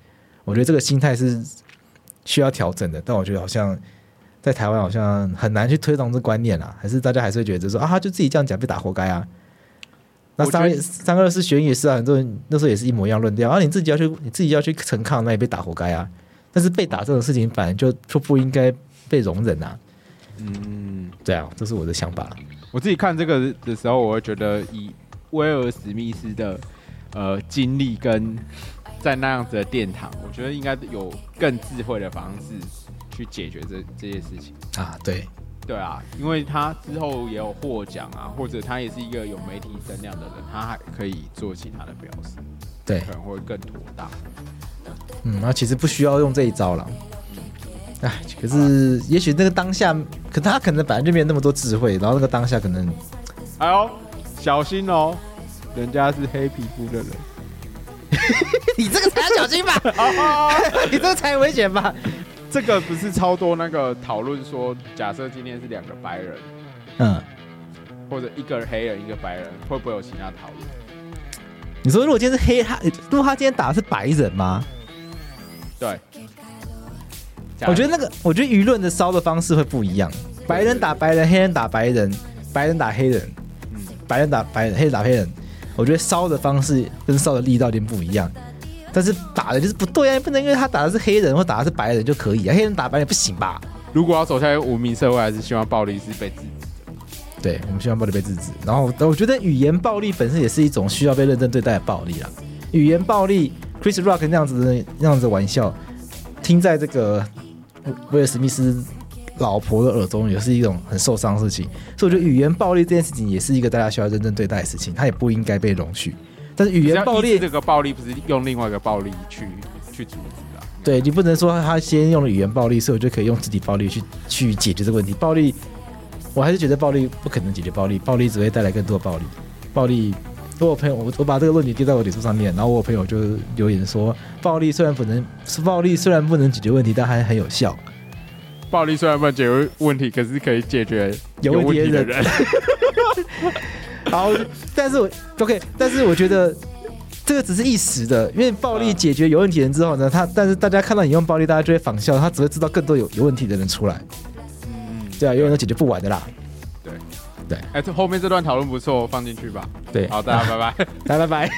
Speaker 1: 我觉得这个心态是需要调整的，但我觉得好像在台湾好像很难去推动这观念啦，还是大家还是会觉得说啊，他就自己这样讲被打活该啊。那
Speaker 2: 我觉
Speaker 1: 三
Speaker 2: 得
Speaker 1: 二三二四学运也是啊，很多人那时候也是一模一样论调，啊，你自己要去你自己要去陈抗，那也被打活该啊。但是被打这种事情本来就就不应该被容忍啊。
Speaker 2: 嗯，
Speaker 1: 对啊，这是我的想法。
Speaker 2: 我自己看这个的时候，我会觉得以威尔史密斯的呃经历跟在那样子的殿堂，我觉得应该有更智慧的方式去解决这这些事情。
Speaker 1: 啊，对，
Speaker 2: 对啊，因为他之后也有获奖啊，或者他也是一个有媒体声量的人，他还可以做其他的表示，
Speaker 1: 对
Speaker 2: 可能会更妥当。
Speaker 1: 嗯，然后其实不需要用这一招了。哎，可是也许那个当下，可他可能本来就没有那么多智慧，然后那个当下可能
Speaker 2: 哎呦，小心哦，人家是黑皮肤的人。
Speaker 1: 你这个才要小心吧，
Speaker 2: 哦哦，哦
Speaker 1: 你这个才危险吧。
Speaker 2: 这个不是超多那个讨论说，假设今天是两个白人，
Speaker 1: 嗯，
Speaker 2: 或者一个黑人一个白人，会不会有其他讨论？
Speaker 1: 你说如果今天是黑他，如果他今天打的是白人吗？
Speaker 2: 对，
Speaker 1: 我觉得那个，我觉得舆论的烧的方式会不一样，白人打白人，黑人打白人，白人打黑人，
Speaker 2: 嗯
Speaker 1: 白人打白人，黑人打黑人，我觉得烧的方式跟烧的力道有点不一样。但是打的就是不对啊，不能因为他打的是黑人或打的是白人就可以啊，黑人打白人不行吧？
Speaker 2: 如果要走向文明社会，还是希望暴力是被制止。
Speaker 1: 对，我们希望暴力被制止。然后我觉得语言暴力本身也是一种需要被认真对待的暴力啦。语言暴力，Chris Rock 那样子的那样子的玩笑，听在这个威尔史密斯老婆的耳中，也是一种很受伤的事情。所以我觉得语言暴力这件事情也是一个大家需要认真对待的事情，它也不应该被容许。但是语言暴
Speaker 2: 只
Speaker 1: 力
Speaker 2: 要抑制，这个暴力不是用另外一个暴力去去阻止啊。
Speaker 1: 对你不能说他先用了语言暴力，所以我就可以用肢体暴力去去解决这个问题。暴力，我还是觉得暴力不可能解决暴力，暴力只会带来更多暴力。暴力，我有朋友，我我把这个论点丢在我脸书上面，然后我有朋友就留言说，暴力虽然不能，暴力虽然不能解决问题，但还很有效。
Speaker 2: 暴力虽然不能解决问题，可是可以解决
Speaker 1: 有问题的人
Speaker 2: 的人。
Speaker 1: 好，但是我 OK，但是我觉得这个只是一时的，因为暴力解决有问题的人之后呢，他但是大家看到你用暴力，大家就会仿效，他只会知道更多有有问题的人出来。
Speaker 2: 嗯，
Speaker 1: 对啊，永远都解决不完的啦。
Speaker 2: 哎，这后面这段讨论不错，放进去吧。
Speaker 1: 对，
Speaker 2: 好，大家拜拜。
Speaker 1: 来，拜拜。